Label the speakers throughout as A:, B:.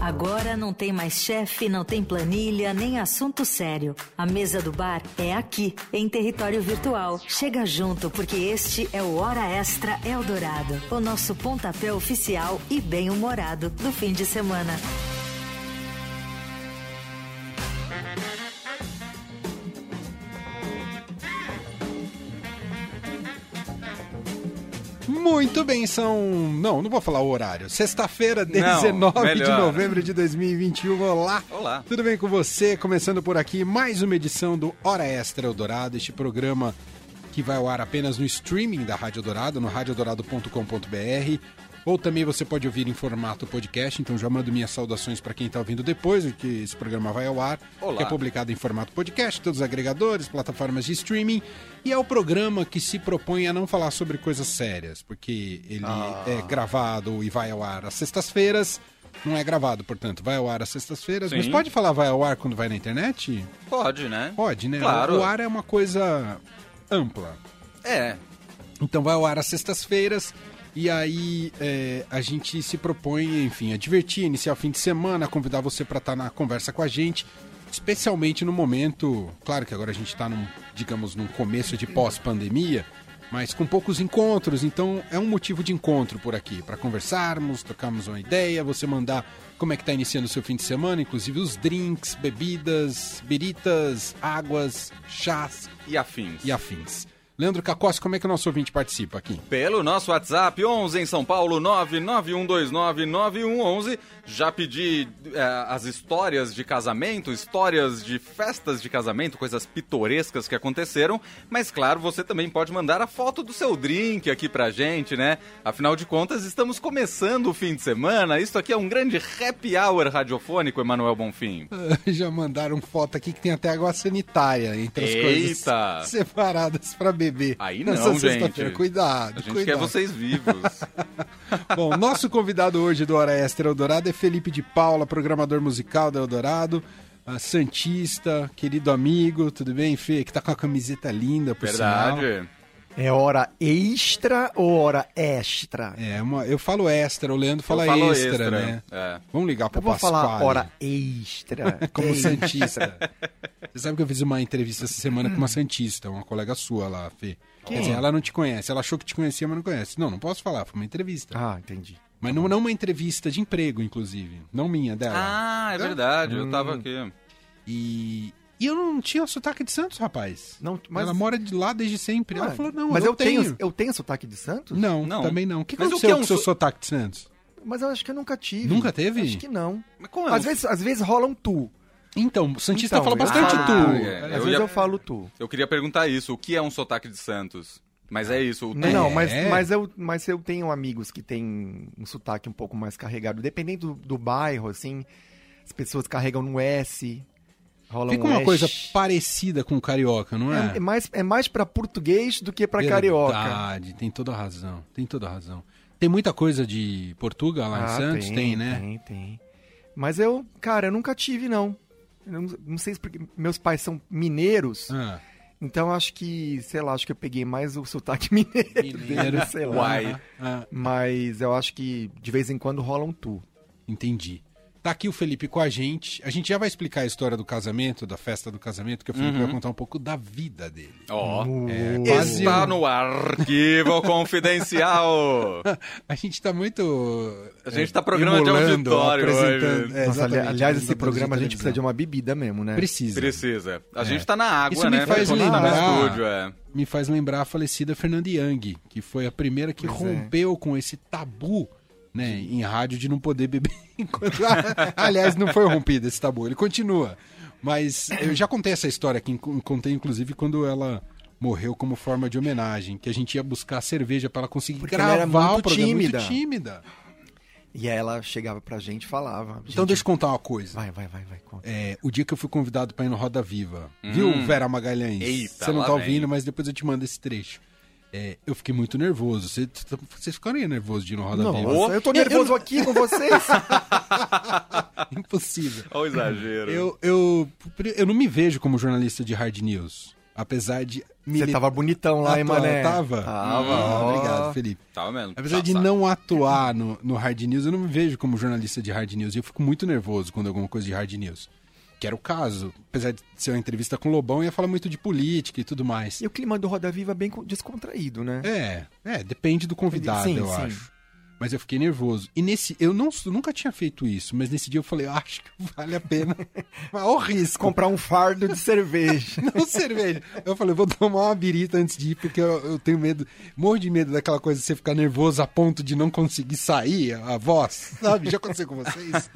A: Agora não tem mais chefe, não tem planilha, nem assunto sério. A mesa do bar é aqui, em território virtual. Chega junto, porque este é o Hora Extra Eldorado, o nosso pontapé oficial e bem-humorado do fim de semana.
B: Muito bem, são. Não, não vou falar o horário. Sexta-feira, 19 de
C: melhor.
B: novembro de 2021. Olá!
C: Olá.
B: Tudo bem com você? Começando por aqui mais uma edição do Hora Extra Eldorado, este programa que vai ao ar apenas no streaming da Rádio Dourado, no radiodorado.com.br. Ou também você pode ouvir em formato podcast, então já mando minhas saudações para quem está ouvindo depois, que esse programa vai ao ar,
C: Olá.
B: que é publicado em formato podcast, todos os agregadores, plataformas de streaming, e é o programa que se propõe a não falar sobre coisas sérias, porque ele
C: Ah.
B: é gravado e vai ao ar às sextas-feiras, não é gravado, portanto, vai ao ar às sextas-feiras, mas
C: Sim.
B: pode falar vai ao ar quando vai na internet?
C: Pode, né?
B: Pode, né?
C: Claro.
B: O ar é uma coisa ampla.
C: É.
B: Então vai ao ar às sextas-feiras. E aí é, a gente se propõe, enfim, a divertir, iniciar o fim de semana, convidar você para estar na conversa com a gente. Especialmente no momento, claro que agora a gente está, digamos, num começo de pós-pandemia, mas com poucos encontros, então é um motivo de encontro por aqui, para conversarmos, trocarmos uma ideia, você mandar como é que está iniciando o seu fim de semana, inclusive os drinks, bebidas, biritas, águas, chás,
C: E afins.
B: e afins. Leandro Cacossi, como é que o nosso ouvinte participa aqui?
C: Pelo nosso WhatsApp, 11 em São Paulo, 991299111. Já pedi eh, as histórias de casamento, histórias de festas de casamento, coisas pitorescas que aconteceram. Mas claro, você também pode mandar a foto do seu drink aqui pra gente, né? Afinal de contas, estamos começando o fim de semana. Isso aqui é um grande happy hour radiofônico, Emanuel Bonfim.
B: Já mandaram foto aqui que tem até água sanitária entre as
C: Eita!
B: coisas separadas para beber.
C: Aí
B: Nessa
C: não,
B: sexta-feira.
C: gente.
B: Cuidado,
C: A gente quer
B: cuidado.
C: vocês vivos.
B: Bom, nosso convidado hoje do Hora Extra Eldorado é Felipe de Paula, programador musical da Eldorado, ah, santista, querido amigo, tudo bem, Fê? Que tá com a camiseta linda, por sinal.
C: Verdade.
D: É hora extra ou hora extra?
B: É, uma, eu falo extra, o Leandro fala
C: Eu falo
B: extra, né?
C: É.
B: Vamos ligar pro
D: Eu vou
B: Pasquale.
D: falar hora extra. É.
B: como
D: Ei,
B: Santista. Você sabe que eu fiz uma entrevista essa semana com uma Santista, uma colega sua lá, Fê. Quer dizer, ela não te conhece. Ela achou que te conhecia, mas não conhece. Não, não posso falar, foi uma entrevista.
D: Ah, entendi.
B: Mas não, não uma entrevista de emprego, inclusive. Não minha, dela.
C: Ah, é verdade, eu tava aqui.
B: E. E eu não tinha o sotaque de Santos, rapaz.
D: Não, mas-
B: Ela mora de lá desde sempre. ela
D: Ah,
B: falou, não,
D: mas
B: eu,
D: eu,
B: não tenho.
D: Eu tenho sotaque de Santos?
B: Não,
C: Não.
B: também não. O que
C: Mas o
B: aconteceu
C: que é
B: com
C: um
B: o seu
C: so-
B: sotaque de Santos?
D: Mas eu acho que eu nunca tive.
B: Nunca teve?
D: Acho que não.
C: Mas como é?
D: Às
C: o-
D: vezes, às vezes rola um tu.
B: Então, o Santista
D: Então,
B: fala
D: eu-
B: bastante
C: Ah,
B: tu.
C: é.
D: Às
C: Eu
D: vezes
C: ia-
D: eu falo tu.
C: Eu queria perguntar isso, o que é um sotaque de Santos? Mas é isso, o
D: Não, não, mas,
B: É.
D: mas, eu, mas eu tenho amigos que têm um sotaque um pouco mais carregado. Dependendo do, do bairro, assim, as pessoas carregam no S. Rola
B: Fica
D: um
B: uma
D: S.
B: coisa parecida com o carioca, não
D: É, é mais, é mais pra português do que pra carioca.
B: Verdade, tem toda a razão, tem toda a razão. Tem muita coisa de Portugal lá em Santos, tem, né?
D: Ah, Tem, tem. Mas eu, cara, eu nunca tive, não. Eu Não, não sei se porque meus pais são mineiros,
B: Ah,
D: então acho que, sei lá, acho que eu peguei mais o sotaque mineiro,
B: Mineiro.
D: deles, sei lá.
C: Uai.
B: ah,
D: Mas eu acho que de vez em quando rola um tu.
B: entendi. Tá aqui o Felipe com a gente. A gente já vai explicar a história do casamento, da festa do casamento, que o Felipe
C: Uhum.
B: vai contar um pouco da vida dele.
C: Ó.
D: É,
B: quase
C: Está
B: um-
C: no arquivo confidencial.
B: A gente tá muito.
C: A gente
B: eh,
C: tá programa de
B: emulando,
C: auditório
B: apresentando-
C: hoje.
B: É,
D: Nossa, ali-
B: exatamente,
D: aliás, esse
B: apresentador
D: programa a gente precisa de
B: televisão.
D: uma bebida mesmo, né?
B: Precisa.
C: Precisa. A
B: É.
C: gente tá na água,
B: Isso me
C: né?
B: faz
C: Porque tá no
B: lembrar-
C: estúdio, é.
B: me faz lembrar a falecida Fernanda Young, que foi a primeira que
D: Pois é.
B: rompeu com esse tabu, né, em rádio de não poder beber enquanto. Aliás, não foi rompido esse tabu, ele continua. Mas eu já contei essa história aqui, inc- contei inclusive quando ela morreu como forma de homenagem, que a gente ia buscar cerveja pra ela conseguir
D: Porque ela
B: gravar
D: era muito
B: o programa
D: tímida.
B: muito tímida.
D: E aí ela chegava pra gente e falava.
B: Então
D: gente,
B: deixa eu contar uma coisa.
D: Vai, vai, vai, vai. Conta.
B: É, o dia que eu fui convidado pra ir no Roda Viva, viu, Vera Magalhães?
C: Hum. Eita,
B: você não
C: lá
B: tá
C: vem.
B: ouvindo, mas depois eu te mando esse trecho. É, eu fiquei muito nervoso. tá, Cê- t- Vocês ficaram aí nervosos de ir no Roda Viva?
D: Nossa, eu tô nervoso aqui com vocês.
B: Impossível.
C: Olha o exagero.
B: Eu, eu, eu não me vejo como jornalista de hard news. Apesar de.
D: Você tava bonitão lá, hein,
B: atuar-
D: mané?
B: Ah, Tava?
D: Tava,
B: Ah,
D: ó.
B: obrigado, Felipe.
C: Tava mesmo.
B: Apesar
C: Tá,
B: de
C: tá.
B: não atuar no, no Hard News, eu não me vejo como jornalista de Hard News. E eu fico muito nervoso quando é alguma coisa de Hard News. Que era o caso. Apesar de ser uma entrevista com o Lobão, eu ia falar muito de política e tudo mais.
D: E o clima do Roda Viva é bem co- descontraído, né?
B: É, é, depende do convidado,
D: Sim,
B: eu
D: sim.
B: acho. Mas eu fiquei nervoso. E nesse. Eu não, nunca tinha feito isso, mas nesse dia eu falei, "Ah, acho que vale a pena. Olha o risco.
D: Comprar um fardo de cerveja.
B: Não cerveja. Eu falei, vou tomar uma birita antes de ir, porque eu, eu tenho medo, morro de medo daquela coisa de você ficar nervoso a ponto de não conseguir sair a voz, sabe? Já aconteceu com vocês?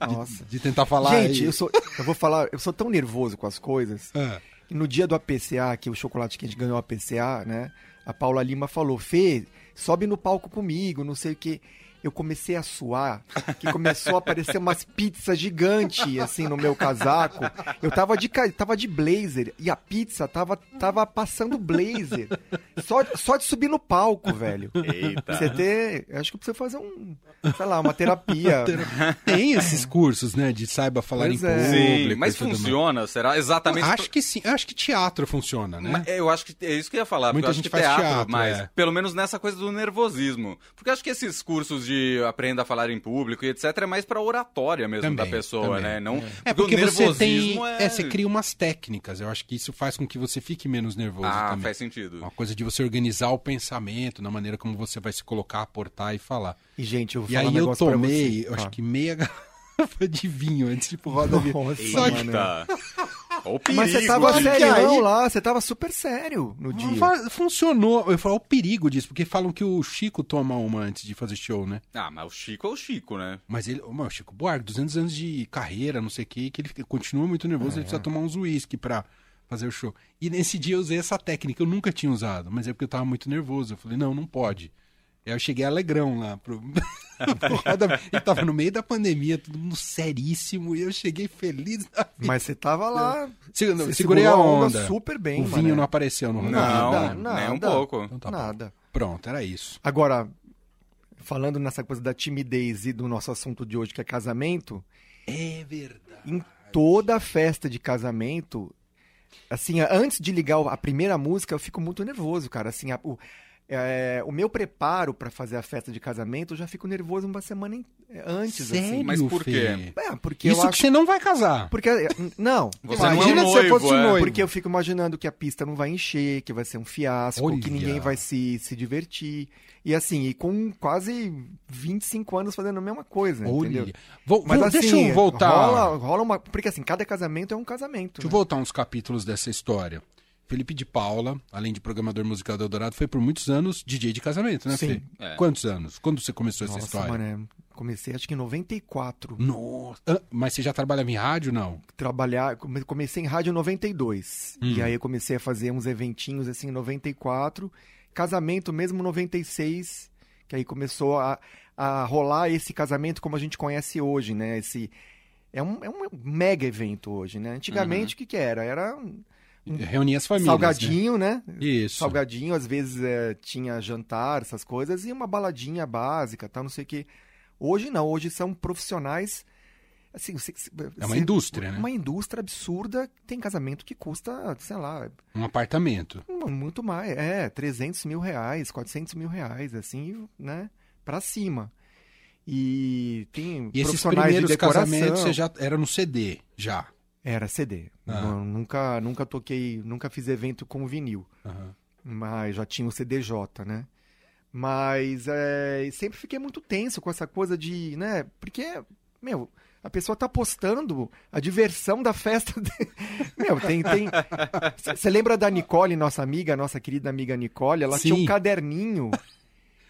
D: Nossa.
B: De tentar falar
D: Gente,
B: e-
D: eu sou. Eu vou falar, eu sou tão nervoso com as coisas.
B: Ah,
D: que No dia do APCA, que o chocolate quente ganhou o APCA, né? A Paula Lima falou: Fê, sobe no palco comigo, não sei o quê. Eu comecei a suar, que começou a aparecer umas pizzas gigantes, assim, no meu casaco. Eu tava de, ca- tava de blazer e a pizza tava, tava passando blazer. Só, só de subir no palco, velho.
C: Eita.
D: Você ter. Eu acho que eu preciso fazer um. Sei lá, uma terapia.
B: Tem esses cursos, né? De saiba falar
D: Pois
B: em
D: é.
B: público.
C: Sim,
B: e
C: mas
B: tudo mais.
C: funciona, será? Exatamente.
B: Acho que sim. Acho que teatro funciona, né?
C: Ma- Eu acho que é isso que eu ia falar.
B: Muita
C: porque eu acho
B: gente
C: que
B: faz
C: teatro,
B: teatro,
C: mas
B: é.
C: pelo menos nessa coisa do nervosismo. Porque eu acho que esses cursos de aprenda a falar em público e etc é mais pra oratória mesmo
B: Também,
C: da pessoa,
B: também.
C: né? Não,
B: É porque
C: o
B: você tem.
C: nervosismo
B: É... você cria umas técnicas. Eu acho que isso faz com que você fique menos nervoso
C: Ah,
B: também.
C: faz sentido.
B: Uma coisa de você organizar o pensamento, na maneira como você vai se colocar, aportar e falar.
D: E, gente, eu vou
B: E
D: falar um
B: aí eu
D: negócio pra
B: tomei,
D: você.
B: eu acho
D: Ah.
B: que meia garrafa de vinho antes de ir pro roda viva.
D: Nossa,
B: Só que-
D: mano.
C: Eita! Olha o perigo,
D: Mas você tava
B: hein?
D: sério
B: né? Aí-
D: lá, você tava super sério no dia.
B: Fa- Funcionou. Eu falo "Olha o perigo disso, porque falam que o Chico toma uma antes de fazer show, né?
C: Ah, mas o Chico é o Chico, né?
B: Mas ele, mano, o Chico Buarque, 200 anos de carreira, não sei o que, que ele fica- continua muito nervoso,
D: É.
B: ele precisa tomar uns uísque pra fazer o show. E nesse dia eu usei essa técnica, eu nunca tinha usado, mas é porque eu tava muito nervoso. Eu falei, não, não pode. Aí eu cheguei alegrão lá pro. pro roda- e tava no meio da pandemia, todo mundo seríssimo, e eu cheguei feliz. da vida.
D: Mas você tava lá.
B: Se-
D: você
B: segurei a
D: segurou
B: onda.
D: super bem,
B: o vinho
D: mané.
B: não apareceu no roda
D: Nada,
B: viva, né?
C: não,
D: nada.
C: nem um pouco.
B: Então tá bom.
D: Nada.
B: Pronto, era isso.
D: Agora, falando nessa coisa da timidez e do nosso assunto de hoje, que é casamento,
B: É verdade.
D: em toda festa de casamento, assim, antes de ligar a primeira música, eu fico muito nervoso, cara. Assim, a- o, é, o meu preparo pra fazer a festa de casamento, eu já fico nervoso uma semana em- antes, assim.
B: Sério,
C: mas por
B: Fê?
D: É, porque
B: Isso
D: eu
B: que
D: acho.
B: você não vai casar.
D: Porque. é, Não.
C: Você
B: Imagina
C: não é um
B: se eu
C: noivo,
B: fosse
C: é.
B: noivo.
D: Porque eu fico imaginando que a pista não vai encher, que vai ser um fiasco,
B: Olha.
D: que ninguém vai se, se divertir. E assim, e com quase 25 anos fazendo a mesma coisa, entendeu?
B: Olha. Vou,
D: Mas
B: vou-
D: assim,
B: deixa eu voltar.
D: Rola, rola uma... Porque assim, cada casamento é um casamento.
B: Deixa eu
D: né?
B: voltar uns capítulos dessa história. Felipe de Paula, além de programador musical do Eldorado, foi por muitos anos DJ de casamento, né,
D: Sim.
B: Fê?
C: É.
B: Quantos anos? Quando você começou essa
D: Nossa,
B: história?
D: mano, é, comecei acho que em 94.
B: Nossa. Ah, Mas você já trabalhava em rádio, não?
D: Trabalhar, come- comecei em rádio em 92.
B: Hum.
D: E aí eu comecei a fazer uns eventinhos assim em 94. Casamento mesmo em 96, que aí começou a, a rolar esse casamento como a gente conhece hoje, né? Esse é um, é um mega evento hoje, né? Antigamente o que que era? Era um
B: Reunia as Uhum. famílias.
D: salgadinho, né?
B: né? Isso.
D: Salgadinho, às vezes é, tinha jantar, essas coisas, e uma baladinha básica, tal, não sei o quê. Hoje não, hoje são profissionais. Assim, se- se-
B: É uma
D: se-
B: indústria, né?
D: Uma indústria absurda. Tem casamento que custa, sei lá,
B: Um apartamento.
D: mu- muito mais. É, 300 mil reais, 400 mil reais, assim, né? Pra cima. E tem
B: E esses
D: profissionais de
B: primeiros
D: decoração.
B: casamentos você já era no CD, já.
D: Era CD.
B: Ah.
D: Não, nunca, nunca toquei, nunca fiz evento com vinil.
B: Aham.
D: Mas já tinha o CDJ, né? Mas é, sempre fiquei muito tenso com essa coisa de, né? Porque, meu, a pessoa tá postando a diversão da festa. de- Meu, tem. tem... Você lembra da Nicole, nossa amiga, nossa querida amiga Nicole? Ela tinha
B: Sim.
D: um caderninho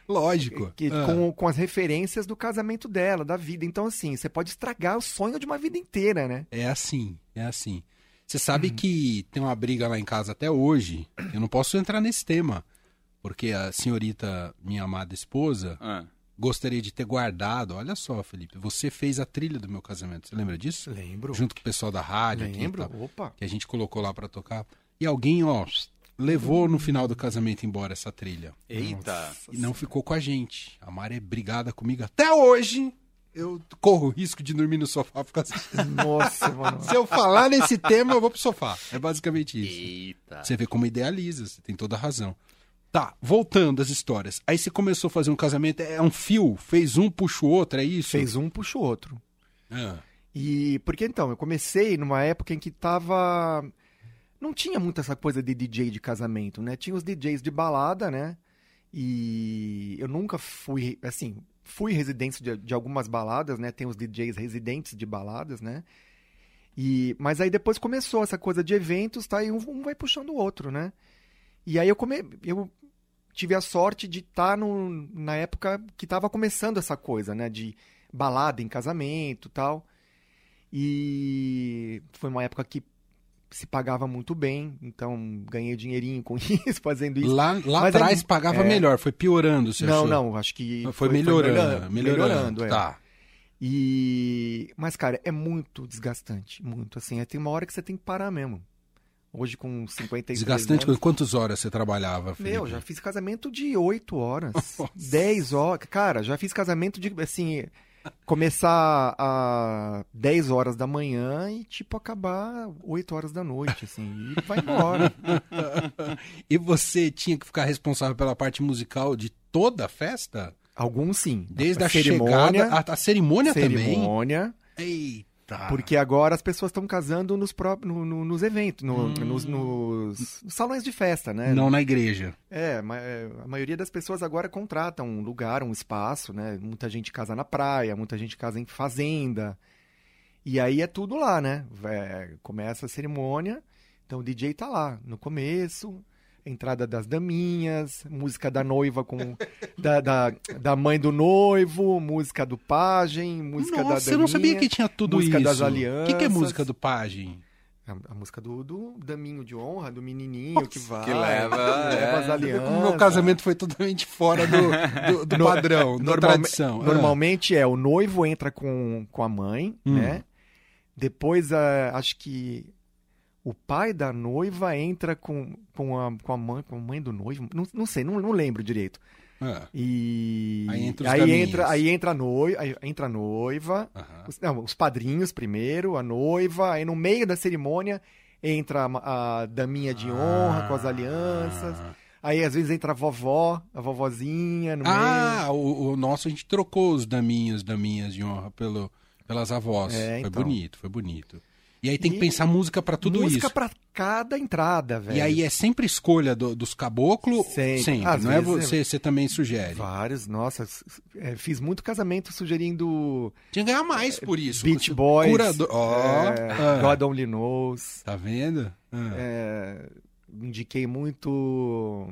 B: Lógico.
D: que-
B: Ah.
D: com, com as referências do casamento dela, da vida. Então, assim, você pode estragar o sonho de uma vida inteira, né?
B: É assim, é assim. Você sabe
D: Uhum.
B: que tem uma briga lá em casa até hoje. Eu não posso entrar nesse tema. Porque a senhorita, minha amada esposa,
C: Ah.
B: gostaria de ter guardado. Olha só, Felipe, você fez a trilha do meu casamento. Você lembra disso?
D: Lembro.
B: Junto com o pessoal da rádio. aqui e
D: Lembro.
B: tal,
D: Opa.
B: que a gente colocou lá pra tocar. E alguém, ó, levou no final do casamento embora essa trilha.
C: Eita.
B: E não ficou com a gente. A Mari é brigada comigo até hoje. eu corro o risco de dormir no sofá por causa disso.
D: Nossa, mano.
B: Se eu falar nesse tema, eu vou pro sofá. É basicamente isso.
C: Eita.
B: Você vê como idealiza, você tem toda a razão. Tá, voltando às histórias. Aí você começou a fazer um casamento, é um fio, fez um, puxa o outro, é isso?
D: Fez um, puxa o outro.
B: Ah,
D: E porque então, eu comecei numa época em que tava. Não tinha muito essa coisa de DJ de casamento, né? Tinha os DJs de balada, né? E eu nunca fui, assim, fui residente de, de algumas baladas, né? Tem os DJs residentes de baladas, né? E, mas aí depois começou essa coisa de eventos, tá? E um, um vai puxando o outro, né? E aí eu, come... eu tive a sorte de estar no... na época que tava começando essa coisa, né? De balada em casamento tal. E foi uma época que se pagava muito bem, então ganhei dinheirinho com isso, fazendo isso.
B: Lá, lá
D: Mas
B: atrás
D: aí- é.
B: pagava melhor, foi piorando, você
D: Não,
B: achou?
D: não, acho que.
B: Foi, melhorando, né? melhorando,
D: é.
B: Tá.
D: E. Mas, cara, é muito desgastante. Muito. Assim, é, tem uma hora que você tem que parar mesmo. Hoje, com 53
B: Desgastante,
D: anos,
B: quantas horas você tá né? trabalhava, Felipe?
D: Meu, já fiz casamento de 8 horas, 10 horas. Cara, já fiz casamento de, assim, começar a 10 horas da manhã e, tipo, acabar 8 horas da noite, assim, e vai embora.
B: E você tinha que ficar responsável pela parte musical de toda a festa?
D: Alguns sim.
B: Desde a
D: cerimônia,
B: chegada, a, a cerimônia, também?
D: cerimônia,
B: Eita!
D: porque agora as pessoas estão casando nos, pró- no- no- nos eventos, no-
B: Hum.
D: nos, nos- nos salões de festa, né?
B: Não na igreja.
D: É, ma- é, a maioria das pessoas agora contrata um lugar, um espaço, né? Muita gente casa na praia, muita gente casa em fazenda. E aí é tudo lá, né? Vé, começa a cerimônia, então o DJ tá lá no começo, entrada das daminhas, música da noiva com da, da, da mãe do noivo, música do pajem, música da
B: Nossa,
D: daminha.
B: eu não sabia que tinha tudo
D: música
B: isso.
D: das
B: O que, que é
D: alianças.
B: música do pajem?
D: a, a música do, do daminho de honra, do menininho que vai, né,
C: que leva, é.
D: as
B: Você vê
D: alianças.
B: como meu casamento foi totalmente fora do, do- do
D: No-
B: padrão, da
D: normalme-
B: tradição.
D: Normalmente é o noivo entra com, com a mãe,
B: Hum.
D: né? Depois, a- acho que o pai da noiva entra com, com, a, com a mãe, com a mãe do noivo. Não, não sei, não, não lembro direito.
B: Ah,
D: E
B: Aí entra os
D: aí
B: caminhos.
D: entra, aí entra a noiva, aí entra a noiva,
B: ah, aham.
D: os, não, os padrinhos primeiro, a noiva, aí no meio da cerimônia entra a ma- a, daminha de honra com
B: Ah.
D: as alianças. Aí às vezes entra a vovó, a vovozinha no meio.
B: Ah, o, o nosso a gente trocou os daminhos, daminhas de honra pelo, pelas avós.
D: É,
B: Foi
D: então.
B: bonito, foi bonito. E aí tem que
D: E-
B: pensar música pra tudo
D: música
B: isso.
D: pra cada entrada, velho.
B: E aí é sempre escolha do- dos caboclos?
D: Sempre. Às
B: Não é
D: vezes
B: você, você também sugere.
D: Vários, nossa, s- s- é, fiz muito casamento sugerindo
B: Tinha que ganhar mais por isso.
D: É, Beach
B: Você-
D: Boys,
B: Curador. Ó,
D: é,
B: ah,
D: God Only Knows,
B: tá vendo? Ah.
D: é, indiquei muito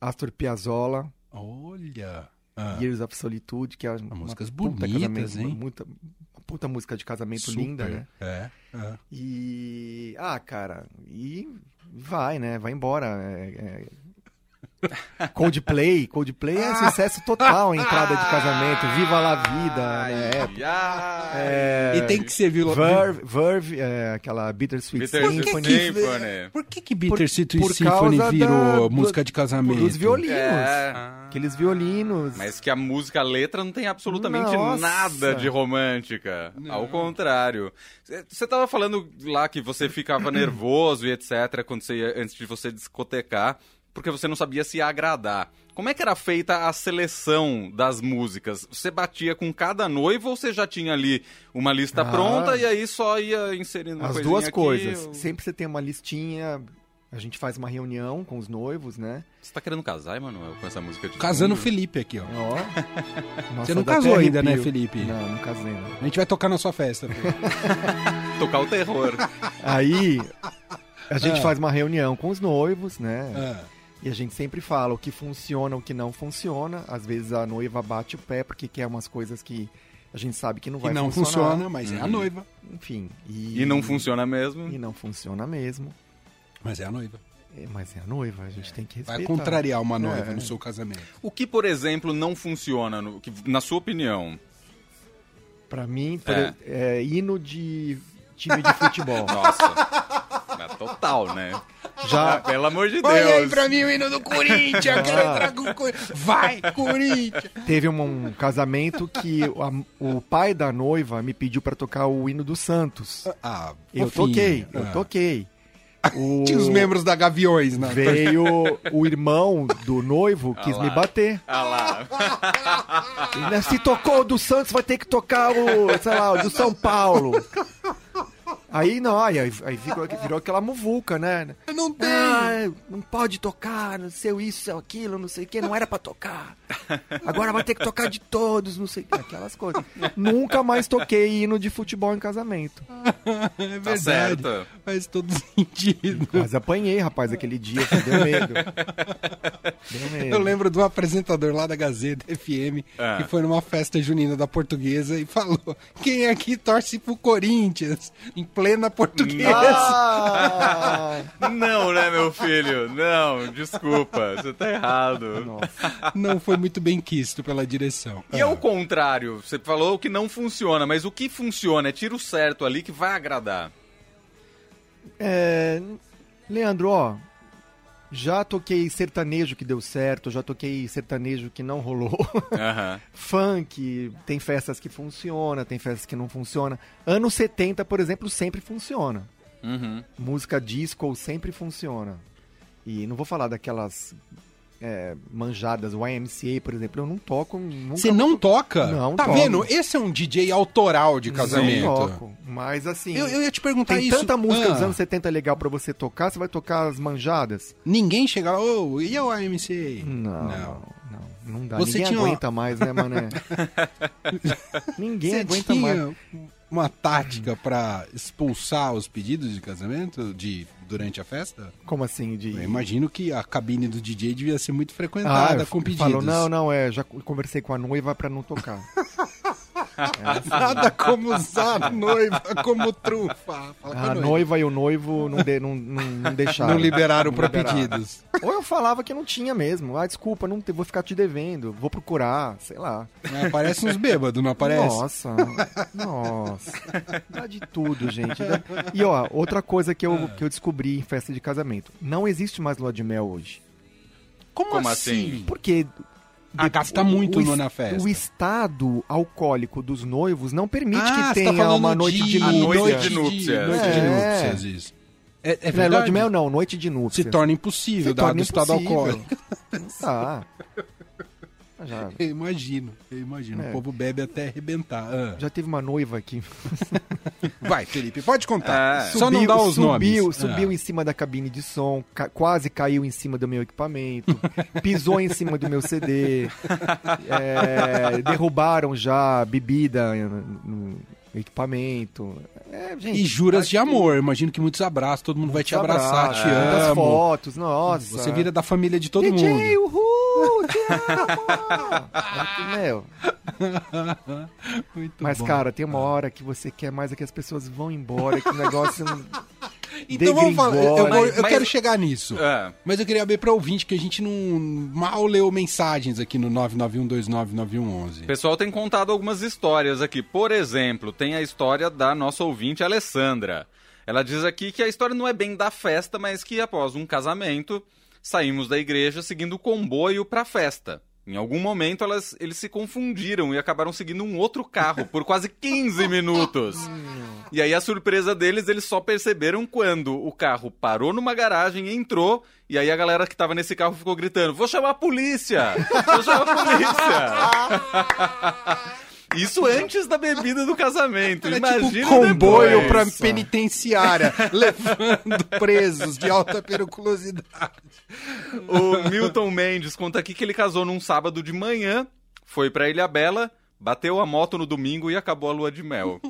D: Astor Piazzolla,
B: Olha. Ah,
D: Years of Solitude, que é uma
B: músicas
D: puta
B: bonitas,
D: casamento,
B: hein?
D: Muita, uma puta música de casamento
B: super.
D: linda, né?
B: É. é.
D: E. Ah, cara, e vai, né? Vai embora. É, é... Coldplay, Coldplay é sucesso total, entrada de casamento, viva lá a vida, né?
C: Ai,
D: É,
C: ai.
B: É. E tem que ser violão.
D: Verve, Verve é, aquela Bittersweet
C: Peter
B: Por que
D: Symphony,
B: que-
C: Symphony.
B: Por que que Bittersweet
D: por
B: Symphony
D: causa
B: virou
D: da- do-
B: música de casamento?
D: dos violinos,
C: É,
D: aqueles violinos.
C: mas que a música, a letra não tem absolutamente
D: Nossa.
C: nada de romântica. Ao contrário. Você tava falando lá que você ficava nervoso e etc. Quando você ia, antes de você discotecar, porque você não sabia se ia agradar. Como é que era feita a seleção das músicas? Você batia com cada noivo ou você já tinha ali uma lista
D: Ah.
C: pronta e aí só ia inserindo uma
D: As
C: coisinha
D: duas
C: aqui, um-
D: coisas.
C: ou-
D: Sempre você tem uma listinha, a gente faz uma reunião com os noivos, né?
C: Você tá querendo casar, Emanuel, com essa música de
B: Casando o
C: fundo?
B: Felipe aqui, ó.
D: Ó. Nossa,
B: Você não
D: dá até
B: casou ainda,
D: arrepio.
B: né, Felipe?
D: Não, não casei, não.
B: A gente vai tocar na sua festa. Felipe.
C: Tocar o terror.
D: Aí a gente
B: Ah.
D: faz uma reunião com os noivos, né?
B: Ah,
D: E a gente sempre fala o que funciona, o que não funciona. Às vezes a noiva bate o pé porque quer umas coisas que a gente sabe que não
B: que
D: vai
B: não
D: funcionar.
B: funciona, mas é a
C: Uhum.
B: noiva.
D: Enfim. E,
C: E não funciona mesmo.
D: E não funciona mesmo.
B: Mas é a noiva.
D: É, Mas é a noiva, a gente tem que respeitar. né?
B: Vai contrariar uma noiva
D: É.
B: no seu casamento.
C: O que, por exemplo, não funciona, no- que- na sua opinião?
D: Pra mim, por-
C: É.
D: é. hino de time de futebol.
C: Nossa. É Ah, total, né? Já, pelo amor de Deus.
B: Olha aí pra mim o hino do Corinthians. Eu quero
D: Ah.
B: entrar com o Corinthians. Vai, Corinthians.
D: Teve um, um casamento que a- o pai da noiva me pediu pra tocar o hino do Santos.
B: Ah,
D: Eu
B: fofinho.
D: toquei, eu
B: Ah.
D: toquei. O-
B: Tinha os membros da Gaviões, né?
D: Veio o irmão do noivo, quis me bater.
C: Ah lá.
D: Né, Se tocou o do Santos, vai ter que tocar o, sei lá, o do São Paulo. Aí não, aí, aí virou, virou aquela muvuca, né?
B: Não tem.
D: Ah, não pode tocar, não sei o isso, sei o aquilo, não sei o que, não era pra tocar. Agora vai ter que tocar de todos, não sei o que, aquelas coisas. Nunca mais toquei hino de futebol em casamento.
B: É verdade.
C: Tá certo.
B: Faz todo sentido.
D: Mas apanhei, rapaz, aquele dia, assim, deu medo. Deu medo.
B: Eu lembro do apresentador lá da Gazeta FM
C: Ah.
B: que foi numa festa junina da portuguesa e falou: quem aqui torce pro Corinthians? Em plena portuguesa.
D: Ah!
C: Não, né, meu filho? Não, desculpa. Você tá errado.
B: Não foi muito bem quisto pela direção.
C: E ao contrário, você falou que não funciona, mas o que funciona é tiro certo ali que vai agradar.
D: É, Leandro, ó, já toquei sertanejo que deu certo, já toquei sertanejo que não rolou.
C: Aham.
D: Funk, tem festas que funciona, tem festas que não funciona. Anos 70, por exemplo, sempre funciona.
C: Uhum.
D: Música disco sempre funciona. E não vou falar daquelas é, manjadas, o YMCA, por exemplo, eu não toco. Nunca
B: É. Você não toca?
D: Não
B: Tá
D: toco.
B: vendo? Esse é um DJ autoral de casamento.
D: Não toco, mas assim...
B: Eu, eu ia te perguntar
D: Tem
B: isso.
D: tanta música
B: Ah,
D: dos anos 70 legal pra você tocar, você vai tocar as manjadas?
B: Ninguém chega lá, ô, e é o AMC?
D: Não, não, não, dá.
B: Você
D: Ninguém
B: tinha uma-
D: aguenta mais, né, mané? Ninguém
B: Você
D: aguenta mais.
B: tinha uma tática pra expulsar os pedidos de casamento de, durante a festa?
D: Como assim? De...
B: Eu imagino que a cabine do DJ devia ser muito
D: Ah,
B: frequentada com pedidos.
D: falou, não, não, é, já conversei com a noiva pra não tocar.
B: Nada como usar a noiva como trufa. Fala com
D: A Ah, noiva e o noivo não, de, não, não, não deixaram.
B: Não liberaram pra
D: liberaram.
B: pedidos.
D: Ou eu falava que não tinha mesmo. Ah, desculpa, não te- vou ficar te devendo, vou procurar, sei lá.
B: Não, Aparece uns bêbados, não aparece?
D: Nossa, nossa. Dá de tudo, gente. Dá- E ó, outra coisa que
B: Ah.
D: eu, que eu descobri em festa de casamento. Não existe mais lua de mel hoje.
B: Como,
C: Como assim?
D: Porque
B: Ah, gasta muito no-
D: es-
B: na festa.
D: O estado alcoólico dos noivos não permite
B: Ah,
D: que
B: você tá
D: tenha
B: falando
D: uma noite de
C: A
D: núpcias.
C: noite
B: noite
C: de
B: de
C: núpcias.
B: Noite de
D: É.
B: núpcias, isso. É, é
D: Não é lua de
B: verdade.
D: mel, não, noite de núpcias.
B: Se torna impossível,
D: Se
B: dado
D: torna
B: o estado
D: impossível.
B: alcoólico.
D: Não dá. Já,
B: Eu imagino, eu imagino.
D: É.
B: O povo bebe até arrebentar. Ah.
D: já teve uma noiva aqui.
B: Vai, Felipe, pode contar.
C: É.
B: Só não dá os
D: subiu,
B: nomes.
D: Subiu
B: Ah.
D: em cima da cabine de som, ca- quase caiu em cima do meu equipamento, pisou em cima do meu CD, é, derrubaram já bebida no, no equipamento. É, gente,
B: E juras de
D: acho que-
B: amor. Imagino que muitos abraços, todo mundo vai te abraçar,
D: abraço,
B: te
D: é, muitas
B: amo.
D: fotos, é. nossa.
B: Você vira da família de todo
D: DJ,
B: mundo.
D: uhul, te amo. Mas, meu,
B: Muito
D: mas
B: bom.
D: cara, tem uma hora que você quer mais é que as pessoas vão embora, que o negócio não...
B: então vamos falar. Eu, eu vou- eu
C: Mas-
B: quero chegar nisso.
C: É.
B: Mas eu queria abrir para ouvinte que a gente não mal leu mensagens aqui no 991299111.
C: O pessoal tem contado algumas histórias aqui. Por exemplo, tem a história da nossa ouvinte Alessandra. Ela diz aqui que a história não é bem da festa, mas que após um casamento, saímos da igreja seguindo o comboio para a festa. Em algum momento elas, eles se confundiram e acabaram seguindo um outro carro por quase 15 minutos. E aí a surpresa deles, eles só perceberam quando o carro parou numa garagem, entrou, e aí a galera que tava nesse carro ficou gritando: "Vou chamar a polícia! Vou chamar a polícia!" Isso antes da bebida do casamento.
B: Era
C: Imagina
B: tipo comboio
C: depois.
B: pra penitenciária, levando presos de alta periculosidade.
C: O Milton Mendes conta aqui que ele casou num sábado de manhã, foi pra Ilha Bela, bateu a moto no domingo e acabou a lua de mel.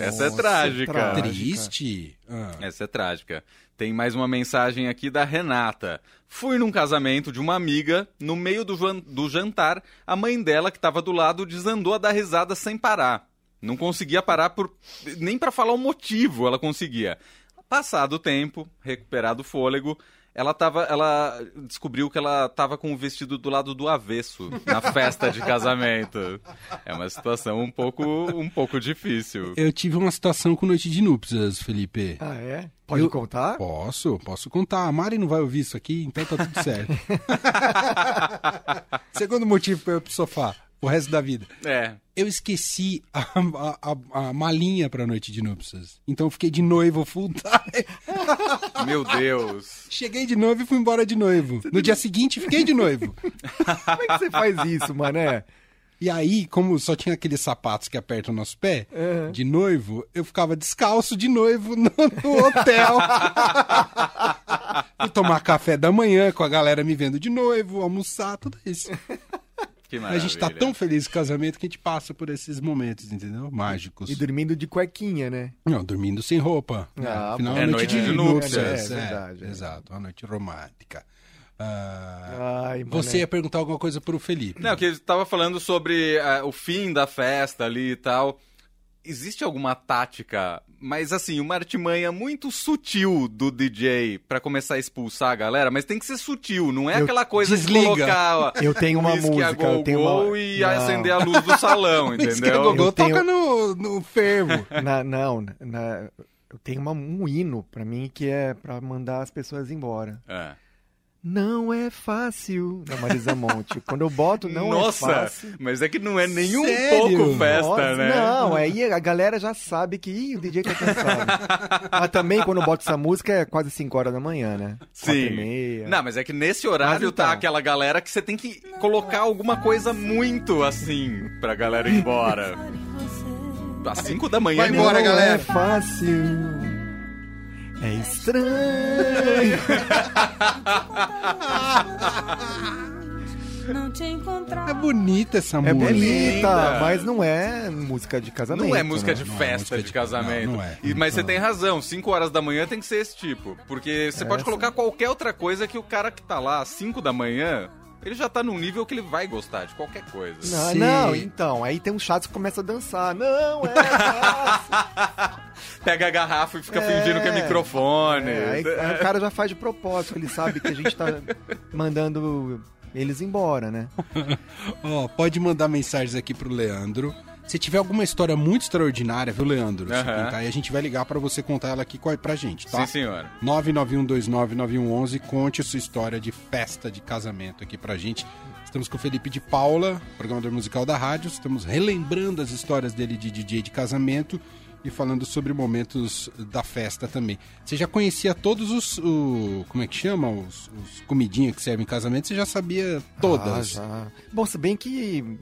C: Essa é
D: Nossa,
C: trágica.
D: trágica.
B: Triste. Ah.
C: Essa é trágica. Tem mais uma mensagem aqui da Renata. Fui num casamento de uma amiga, no meio do, jan- do jantar, a mãe dela, que estava do lado, desandou a dar risada sem parar. Não conseguia parar por nem para falar o motivo, ela conseguia. Passado o tempo, recuperado o fôlego, ela tava. Ela descobriu que ela tava com o vestido do lado do avesso na festa de casamento. É uma situação um pouco, um pouco difícil.
B: Eu tive uma situação com noite de núpcias, Felipe.
D: Ah, é? Pode
B: Eu-
D: contar?
B: Posso, posso contar. A Mari não vai ouvir isso aqui, então tá tudo certo. Segundo motivo pra eu ir pro sofá, o resto da vida.
C: É.
B: Eu esqueci a, a- a- a malinha pra noite de núpcias. Então eu fiquei de noivo full time.
C: Meu Deus.
B: Cheguei de noivo e fui embora de noivo. No dia seguinte, fiquei de noivo.
D: Como é que você faz isso, mané?
B: E aí, como só tinha aqueles sapatos que apertam o nosso pé, de noivo, eu ficava descalço de noivo no, no hotel. e tomar café da manhã com a galera me vendo de noivo, almoçar, tudo isso.
C: Que
B: Mas
C: maravilha.
B: a gente tá tão feliz com o casamento que a gente passa por esses momentos, entendeu? Mágicos.
D: E dormindo de cuequinha, né?
B: Não, dormindo sem roupa. né?
D: Ah,
B: Afinal,
C: bom.
B: é noite de núpcias.
D: É,
B: É,
D: é verdade, é.
B: Exato, uma noite romântica. Ah,
D: Ai, mané.
B: você ia perguntar alguma coisa pro Felipe.
C: Não, que ele tava falando sobre ah, o fim da festa ali e tal. Existe alguma tática, mas assim, uma artimanha muito sutil do DJ pra começar a expulsar a galera, mas tem que ser sutil, não é
D: Eu-
C: aquela coisa
B: desliga.
C: de colocar ó,
D: Eu tenho uma
C: uísque a
D: música, eu tenho uma-
C: gogô e
D: Não.
C: acender a luz do salão,
B: Isso que é
C: entendeu?
B: Gogô
D: Eu tenho-
B: toca no, no fervo.
D: Na- não, na- na- eu tenho uma- um hino pra mim que é pra mandar as pessoas embora.
C: É.
D: Não é fácil, da Marisa Monte. Quando eu boto, não é
C: Nossa,
D: fácil.
C: mas é que não é nenhum
B: Sério?
C: pouco festa,
D: Nossa,
C: né?
D: Não, aí a galera já sabe que Ih, o DJ tá cansado. Mas também quando eu boto essa música é quase 5 horas da manhã, né? Quatro e
C: Sim.
D: meia.
C: Não, mas é que nesse horário
D: Mas então.
C: tá aquela galera que você tem que colocar alguma coisa muito assim pra galera ir embora. Às 5 da manhã
B: Vai embora,
D: não
B: galera.
D: É fácil. É estranho.
E: Não te encontrar.
B: É bonita essa
D: É
B: música.
D: bonita,
C: Linda.
D: mas não é música de casamento.
C: Não é música de
D: né?
B: Não é
C: festa
B: música
C: de
B: de-
C: casamento.
B: não, não é.
C: E- mas você
B: Não.
C: tem razão, 5 horas da manhã tem que ser esse tipo. Porque você pode
D: Essa.
C: colocar qualquer outra coisa que o cara que tá lá às 5 da manhã, ele já tá num nível que ele vai gostar de qualquer coisa.
D: Não,
B: Sim.
D: não, então, aí tem um chato que começa a dançar. Não, é fácil.
C: Pega a garrafa e fica
D: É.
C: fingindo que é microfone.
D: É, aí, aí o cara já faz de propósito, que ele sabe que a gente tá mandando eles embora, né?
B: Ó, pode mandar mensagens aqui pro Leandro. Se tiver alguma história muito extraordinária, viu, Leandro? Você
C: Aham.
B: contar, e a gente vai ligar pra você contar ela aqui com- pra gente, tá?
C: Sim, senhor.
B: 991299111, conte a sua história de festa de casamento aqui pra gente. Estamos com o Felipe de Paula, programador musical da rádio. Estamos relembrando as histórias dele de DJ de casamento e falando sobre momentos da festa também. Você já conhecia todos os. o- como é que chama? Os, os comidinhas que servem em casamento, você já sabia todas.
D: Ah, já. Bom, se bem que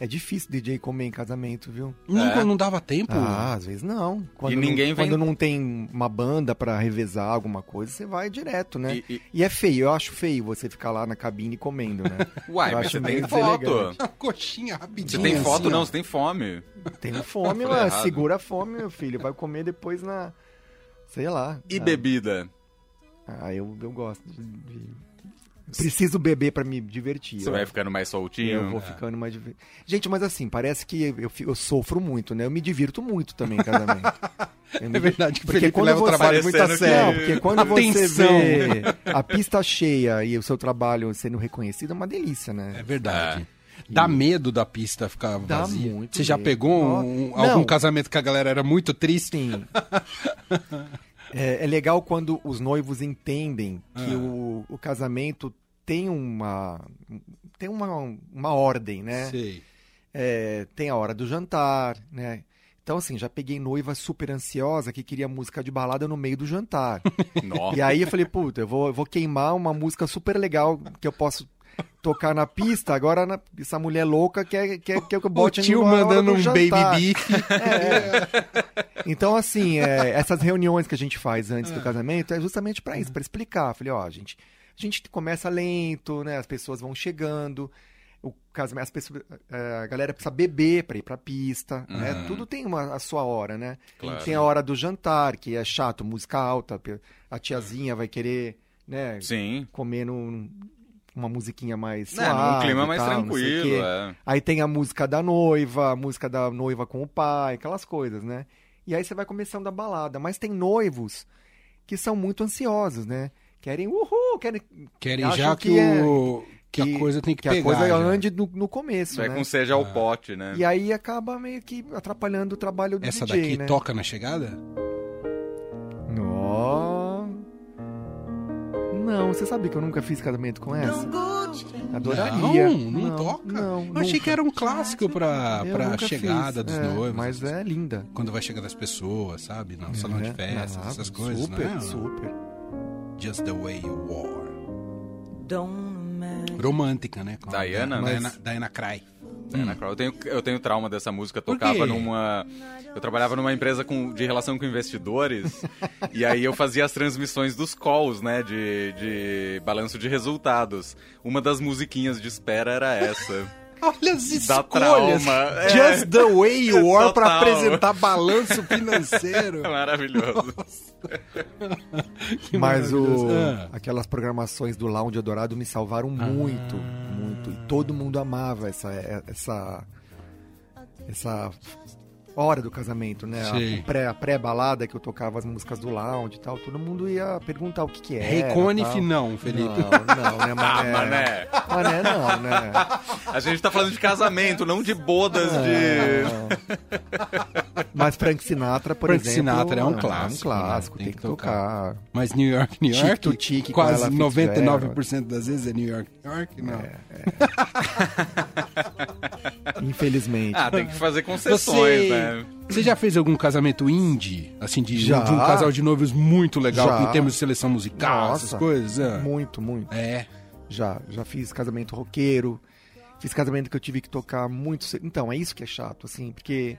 D: é difícil DJ comer em casamento, viu?
B: Nunca,
C: É.
B: não dava tempo.
D: Ah, às vezes não. Quando
C: ninguém
D: não,
C: vem-
D: Quando não tem uma banda pra revezar alguma coisa, você vai direto, né?
C: E- e-
D: E é feio, eu acho feio você ficar lá na cabine comendo, né?
C: Uai,
D: Eu
C: mas
D: acho
C: você tem
D: meio
C: foto.
D: deselegante.
B: Uma coxinha rapidinho.
C: Você tem
B: assim,
C: foto,
B: ó.
C: não, você tem fome.
D: Tenho fome,
C: Falei
D: lá,
C: errado.
D: segura a fome, meu filho. Vai comer depois na. Sei lá.
C: E
D: na-
C: bebida?
D: Ah, eu, eu gosto. de- de- Preciso beber pra me divertir.
C: Você
D: eu
C: vai é.
D: acho.
C: ficando mais soltinho?
D: Eu vou ficando mais divertido. Gente, mas assim, parece que eu, fi- eu sofro muito, né? Eu me divirto muito também em casamento. Eu me
B: É verdade que o
D: Porque
B: Felipe
D: quando
B: leva o
D: você-
B: trabalho muito a
C: tá Parecendo que-
B: sério.
D: Não, porque quando você
B: Atenção.
D: vê a pista cheia e o seu trabalho sendo reconhecido, é uma delícia,
B: É
D: né?
B: verdade. Dá medo da pista ficar
D: Dá
B: vazia.
D: muito
B: Você já
D: medo.
B: pegou um-
D: Não.
B: algum casamento que a galera era muito triste?
D: Sim. é, é legal quando os noivos entendem
B: É.
D: que o, o casamento tem uma tem uma, uma ordem, né?
B: Sei.
D: É, tem a hora do jantar, né? Então, assim, já peguei noiva super ansiosa que queria música de balada no meio do jantar.
C: Nossa.
D: E aí eu falei, puta, eu vou, eu vou queimar uma música super legal que eu posso tocar na pista, agora na- essa mulher louca quer, quer, quer que eu
B: O
D: bote
B: tio
D: na hora
B: mandando
D: do
B: um baby
D: jantar.
B: beef.
D: Então, assim, é, essas reuniões que a gente faz antes
C: Ah.
D: do casamento é justamente pra
C: Uhum.
D: isso, pra explicar. Falei, ó, gente, a gente começa lento, né? As pessoas vão chegando, o casamento, as pessoas, é, a galera precisa beber pra ir pra pista, né?
C: Uhum.
D: Tudo tem uma, a sua hora, né?
C: Claro.
D: Tem a hora do jantar, que é chato, música alta, pe- a tiazinha vai querer, né?
C: Sim.
D: Comer num- uma musiquinha mais
C: Né, num
D: suave
C: clima
D: e
C: mais
D: tal, não sei o quê.
C: tranquilo. É.
D: Aí tem a música da noiva, a música da noiva com o pai, aquelas coisas, né? E aí você vai começando a balada. Mas tem noivos que são muito ansiosos, né? Querem, uhul, querem.
B: Querem
D: acham
B: já que,
D: é-
B: o, que, a coisa tem que, pegar. né?
D: a coisa é
B: já.
D: ande no, no começo,
C: Vai
D: né?
C: com seja ao pote, né?
D: E aí acaba meio que atrapalhando o trabalho do
B: Essa
D: DJ,
B: daqui
D: né?
B: toca na chegada?
D: Nó. Não, você sabe que eu nunca fiz casamento com essa? Adoraria.
B: Não, não toca?
D: Não,
B: Eu achei
D: nunca.
B: que era um clássico pra,
D: Eu
B: pra
D: nunca
B: chegada
D: fiz.
B: dos
D: É,
B: noivos.
D: Mas é linda.
B: Quando vai chegando as pessoas, sabe? No salão de
D: É,
B: festas,
D: ah,
B: essas coisas,
D: Super,
B: né?
D: super.
B: Just the way you are.
E: Don't matter.
B: Romântica, né? Com a
C: Diana,
B: Diana,
C: mas-
B: Diana, Diana Cry.
C: Diana Krall. É, né, Eu tenho, eu tenho trauma dessa música. Eu
B: Por quê?
C: tocava numa. Eu trabalhava numa empresa com, de relação com investidores. e aí eu fazia as transmissões dos calls, né? De, de balanço de resultados. Uma das musiquinhas de espera era essa.
B: Olha as
C: Dá
B: escolhas.
C: trauma, é.
B: Just the way you are pra
C: Total.
B: apresentar balanço financeiro.
C: É Maravilhoso.
B: Que
D: Mas o,
B: maravilhoso. Ah.
D: aquelas programações do Lounge Adorado me salvaram muito, muito. E todo mundo amava essa, é, essa, essa hora do casamento, né?
B: Sim.
D: A pré- a pré-balada que eu tocava as músicas do Lounge e tal. Todo mundo ia perguntar o que que era.
B: Recone
D: É, tal.
B: não, Felipe.
D: Não, não, né,
C: Ah,
D: mané?
C: mané.
D: Mané não, né?
C: A gente tá falando de casamento, não de bodas
D: É.
C: de.
D: Ah. Mas Frank Sinatra, por
B: Frank
D: exemplo.
B: Sinatra é um
D: ah,
B: clássico,
D: É um
B: né?
D: clássico,
B: Tem
D: tem,
B: que
D: que, tocar.
B: Mas New York, New
D: Tique
B: York,
D: to tique com
B: quase
D: ela É.
B: 99% das vezes é New York, New York, não.
D: Infelizmente.
C: Ah, tem que fazer concessões,
B: Você,
C: né?
B: você já fez algum casamento indie? Assim, de,
D: Já.
B: de um casal de noivos muito legal,
D: Já.
B: em termos de seleção musical, essas
D: Nossa.
B: coisas? ah?
D: Muito, muito.
B: É.
D: Já, já fiz casamento roqueiro. Fiz casamento que eu tive que tocar muito. ce- Então, é isso que é chato, assim, porque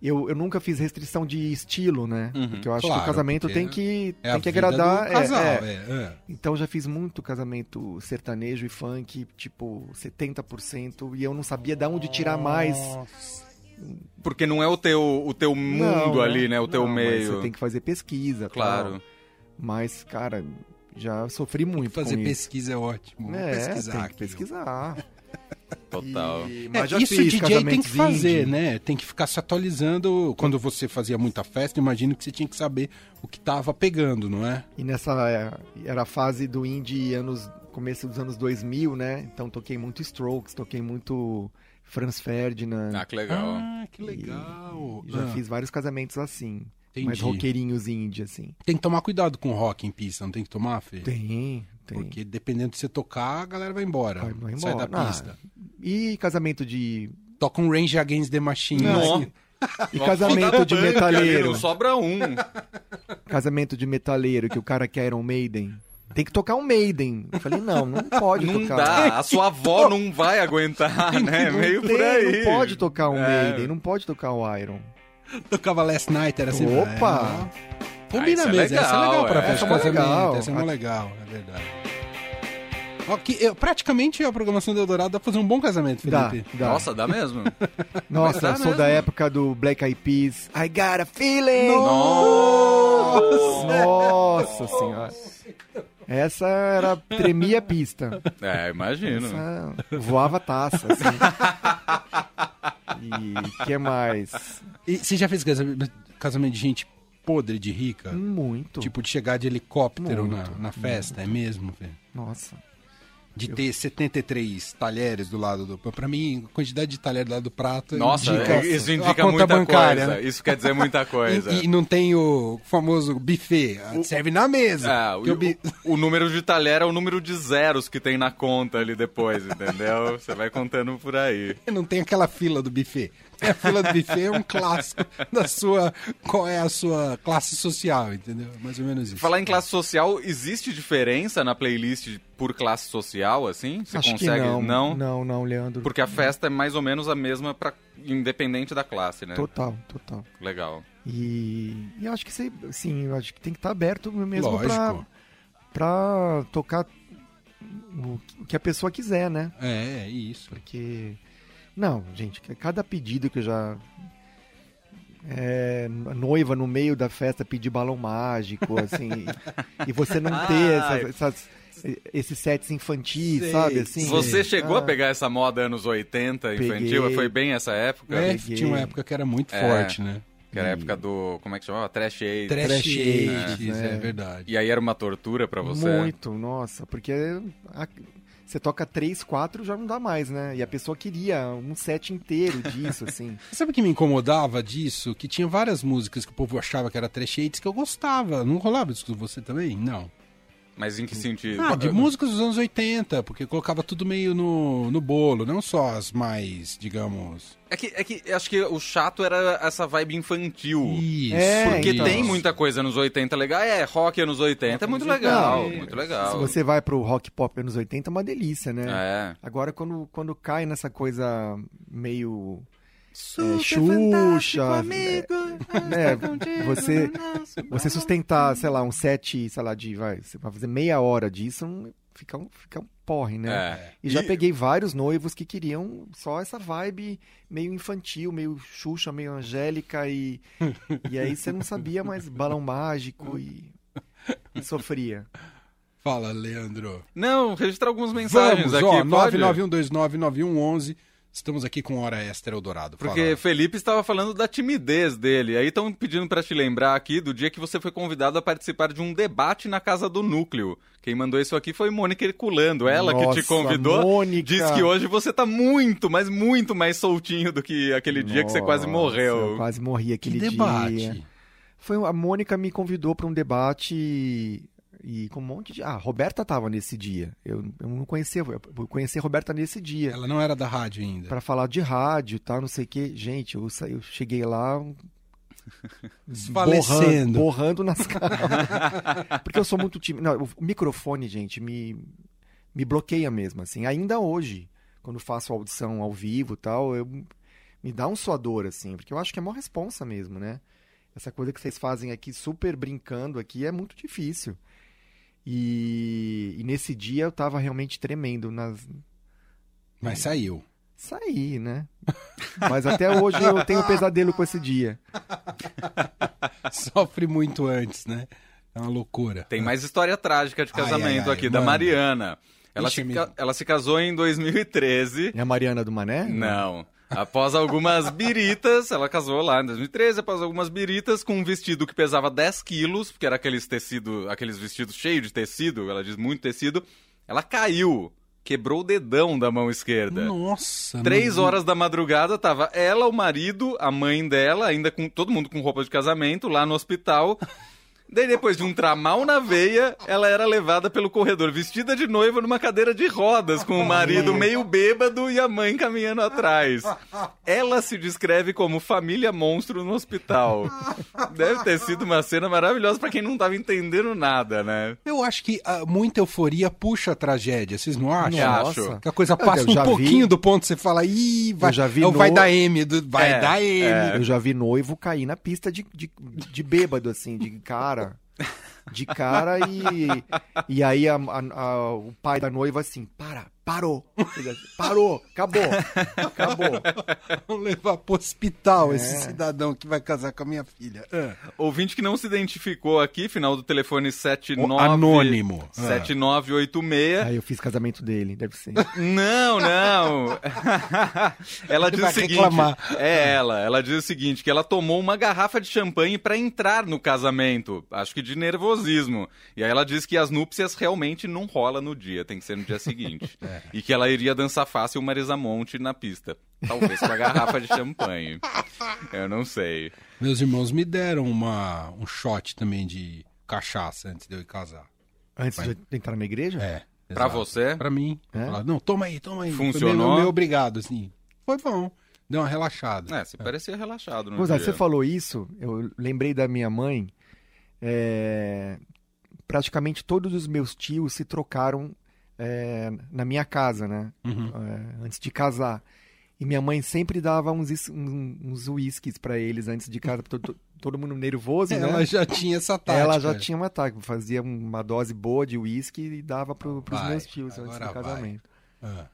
D: eu, eu nunca fiz restrição de estilo, né?
C: Uhum,
D: porque eu acho
B: claro,
D: que o casamento
B: porque
D: tem que,
B: é a
D: tem que
B: vida
D: agradar.
B: do
D: é,
B: casal,
D: é.
B: é, é.
D: Então já fiz muito casamento sertanejo e funk, tipo 70%, e eu não sabia de onde tirar mais.
C: Porque não é o teu, o teu mundo
D: Não,
C: ali, né? O teu
D: não, mas
C: meio.
D: Você tem que fazer pesquisa,
C: Claro.
D: tal. Mas, cara, já sofri muito.
B: Fazer
D: com isso.
B: pesquisa é ótimo. Vou
D: É,
B: pesquisar
D: tem que
B: aqui.
D: pesquisar.
C: Total.
D: E-
B: É,
D: mas já
B: isso
D: fiz
B: o DJ tem
D: casamentos
B: que fazer,
D: indie.
B: né? Tem que ficar se atualizando. Quando você fazia muita festa, imagino que você tinha que saber o que tava pegando, não é?
D: E nessa é, era a fase do indie anos começo dos anos 2000, né? Então toquei muito Strokes, toquei muito Franz Ferdinand.
C: Ah, que legal.
B: Ah, que legal.
D: E Já
B: Ah,
D: fiz vários casamentos assim, mas
B: entendi.
D: roqueirinhos indie assim.
B: Tem que tomar cuidado com o rock em pista, não tem que tomar, Fê?
D: Tem, tem.
B: Porque dependendo de você tocar, a galera vai embora.
D: Vai- vai
B: Sai
D: embora. Ah,
B: da pista.
D: E casamento de
B: Toca um Range Against the Machine.
C: Nó.
B: assim.
D: e
C: Uma
D: casamento
C: foda
D: de
C: branca, ali,
D: metaleiro.
C: Não sobra um.
D: Casamento de metaleiro que o cara quer Iron Maiden. Tem que tocar um Maiden. Eu falei, não, não pode
C: Não
D: tocar. um
C: dá. A sua avó não vai aguentar, né?
D: Não
C: Meio
D: tem,
C: por aí.
D: Não pode tocar um
C: É.
D: Maiden, não pode tocar o Iron.
B: Tocava Last Night, era assim.
D: Opa!
B: É, combina
C: Ah, isso é
B: mesmo, essa é
C: legal,
B: legal pra
C: é.
B: festa de
D: Essa é mó
B: casamento.
D: legal.
B: Essa é mó legal, é verdade. Ó, que, eu- praticamente a programação do Eldorado dá pra fazer um bom casamento,
D: Dá,
B: Felipe.
D: dá.
C: Nossa, dá mesmo?
D: Nossa,
C: dá
D: eu sou
C: mesmo.
D: da época do Black Eyed Peas. I got a feeling!
C: Nossa!
D: Nossa senhora. Essa era tremia a pista.
C: É, imagino.
D: Essa voava taça, assim. E que mais?
B: E você já fez casamento, casamento de gente podre de rica?
D: Muito.
B: Tipo, de chegar de helicóptero
D: Muito,
B: na, na festa, é mesmo, Fê?
D: Nossa.
B: De ter 73 talheres do lado do. Pra mim, a quantidade de talher do lado do prato.
C: Nossa, é,
B: indica
C: isso
B: a
C: indica
B: conta
C: muita
B: bancária,
C: coisa.
B: né?
C: Isso é. quer dizer muita coisa.
B: E, e não tem o famoso buffet. ah, Serve na mesa.
C: Ah, o,
B: Que o bi-
C: o- o número de talher é o número de zeros que tem na conta ali depois, entendeu? Você vai contando por aí.
B: não tem aquela fila do buffet. A fila do buffet é um clássico da sua. Qual é a sua classe social, entendeu? É Mais ou menos isso.
C: Falar em classe social, existe diferença na playlist por classe social, assim? Você
D: Acho
C: consegue?
D: que não.
C: não?
D: Não, não, Leandro.
C: Porque a festa é mais ou menos a mesma, pra, independente da classe, né?
D: Total, total.
C: Legal.
D: E, e eu acho que você, sim, eu acho que tem que estar aberto mesmo pra,
B: Lógico.
D: pra tocar o que- o que a pessoa quiser, né?
B: É, é isso.
D: Porque. Não, gente, que cada pedido que eu já. É, noiva no meio da festa pedir balão mágico, assim. e, e você não ter
C: Ai.
D: essas- essas- esses sets infantis,
B: Sei.
D: sabe? Assim,
C: Você chegou a
D: Ah,
C: pegar essa moda anos 80 infantil?
D: Peguei.
C: Foi bem essa época?
B: É,
D: peguei.
B: tinha uma época que era muito
C: É.
B: forte, né?
C: Que era a época do. Como é que chamava? Trash né? Aid.
B: Trash,
D: Trash
B: Ages,
D: Ages,
B: é.
D: é.
B: verdade.
C: E aí era uma tortura pra você.
D: Muito, nossa, porque a- você toca três, quatro, já não dá mais, né? E a pessoa queria um set inteiro disso, assim.
B: Sabe o que me incomodava disso? Que tinha várias músicas que o povo achava que era trash hits que eu gostava. Não rolava isso com você também? Não.
C: Mas em que sentido?
B: Ah, de músicas dos anos 80, porque colocava tudo meio no, no bolo, não só as mais, digamos.
C: É que, é que eu acho que o chato era essa vibe infantil.
B: Isso.
D: É,
C: Uh, Porque
D: então.
C: tem muita coisa nos 80 legal. É, rock anos 80 é muito legal. Muito
D: Se
C: legal.
D: você vai pro rock pop anos 80, é uma delícia, né?
C: Tá É.
D: Agora, quando, quando cai nessa coisa meio é,
E: Super
D: Xuxa, é,
E: fantástico, amigo.
D: né,
E: está contigo
D: você-
E: no nosso
D: Você sustentar, sei lá, um set, sei lá, de. Vai, você vai fazer meia hora disso, um- fica um, fica um porre, né?
C: É.
D: E já
C: E-
D: peguei vários noivos que queriam só essa vibe meio infantil, meio Xuxa, meio Angélica, e, e aí você não sabia mais balão mágico e, e sofria.
B: Fala, Leandro.
C: Não, registrar algumas mensagens
B: Vamos,
C: aqui.
B: ó,
C: pode?
B: 991299111. Estamos aqui com Hora Extra Eldorado. Fala.
C: Porque Felipe estava falando da timidez dele. Aí estão pedindo para te lembrar aqui do dia que você foi convidado a participar de um debate na casa do núcleo. Quem mandou isso aqui foi Mônica Herculando, ela que te
D: Nossa,
C: convidou.
D: Mônica.
C: Diz que hoje você tá muito, mas muito mais soltinho do que aquele dia que você quase
D: Nossa, eu
C: morreu.
D: quase morri
B: que
D: aquele
B: debate.
D: dia. Foi a Mônica me convidou para um debate e com um monte de. Ah, a Roberta tava nesse dia. Eu, eu não conhecia, eu conheci a Roberta nesse dia
B: Ela não era da rádio ainda.
D: para falar de rádio, e tal, não sei o quê. Gente, eu saí, eu cheguei lá um- borrando,
B: Desfalecendo.
D: borrando nas caras. Porque eu sou muito tímido. Não, o microfone, gente, me me bloqueia mesmo assim. Ainda hoje, quando faço audição ao vivo, e tal, eu me dá um suador assim, porque eu acho que é mó responsa mesmo, né? Essa coisa que vocês fazem aqui, super brincando aqui, é muito difícil. E, e nesse dia eu tava realmente tremendo nas.
B: Mas saiu.
D: Saí, né? Mas até hoje eu tenho pesadelo com esse dia.
B: Sofre muito antes, né? É uma loucura.
C: Tem mais história trágica de
B: Ai, ai,
C: casamento
B: ai,
C: aqui, da
B: manda.
C: Mariana. Ela
B: Ixi,
C: se,
B: me-
C: ca- ela se casou em 2013.
D: É a Mariana do Mané?
C: Não. Após algumas biritas, ela casou lá em 2013, após algumas biritas, com um vestido que pesava 10 quilos, porque era aqueles tecido, aqueles vestidos cheios de tecido, ela diz muito tecido, ela caiu, quebrou o dedão da mão esquerda.
B: Nossa.
C: É. Três
B: não-
C: horas da madrugada tava ela, o marido, a mãe dela, ainda com todo mundo com roupa de casamento, lá no hospital. Daí, depois de um tramal na veia, ela era levada pelo corredor, vestida de noiva, numa cadeira de rodas, com o marido meio bêbado e a mãe caminhando atrás. Ela se descreve como família monstro no hospital. Deve ter sido uma cena maravilhosa pra quem não tava entendendo nada, né?
B: Eu acho que ah, muita euforia puxa a tragédia, vocês não acham?
C: Nossa.
B: Que a coisa passa
D: Eu já
B: um
D: vi.
B: pouquinho do ponto, você fala, ih, vai,
D: Eu já vi
B: é o
D: no-
B: vai dar M, do- vai
C: É,
B: dar M.
D: Eu já vi noivo cair na pista de, de, de bêbado, assim, de cara. De cara e. E aí a- a- a- o pai da noiva assim, para, parou. Ele assim, Parou, acabou, acabou.
C: é.
B: Vamos levar pro hospital
D: É.
B: esse cidadão que vai casar com a minha filha. Ah.
C: Ouvinte que não se identificou aqui, final do telefone 79...
B: Anônimo.
C: É.
B: Ah.
C: 7986.
D: Aí eu fiz casamento dele, deve ser.
C: Não, não. ela diz
B: vai
C: o seguinte,
B: reclamar.
C: é ela, ela diz o seguinte, que ela tomou uma garrafa de champanhe pra entrar no casamento, acho que de nervosismo. E aí ela diz que as núpcias realmente não rola no dia, tem que ser no dia seguinte. E que ela iria dançar fácil Marisa Monte na pista, talvez com a garrafa de champanhe. Eu não sei.
B: Meus irmãos me deram uma, um shot também de cachaça antes de eu ir casar.
D: Antes de eu entrar na igreja?
B: É.
C: Pra
B: exato.
C: você?
B: Pra mim.
D: É?
B: Falaram, não, toma aí, toma aí. Foi
C: Funcionou?
B: Meu, meu obrigado, assim. Foi bom. Deu uma relaxada.
C: É, você parecia relaxado no
D: Gonzalo,
C: dia.
D: é, você falou isso, eu lembrei da minha mãe. é, praticamente todos os meus tios se trocaram é, na minha casa, né?
B: Uhum.
D: é, antes de casar. E minha mãe sempre dava uns, is- um- uns uísques pra eles antes de casar, porque to- to- todo mundo nervoso, né?
B: É, Ela já tinha essa tática. né?
D: Ela já tinha um ataque, fazia uma dose boa de uísque e dava pro, pros
B: Vai,
D: meus tios antes
B: agora
D: do casamento.
B: Ah.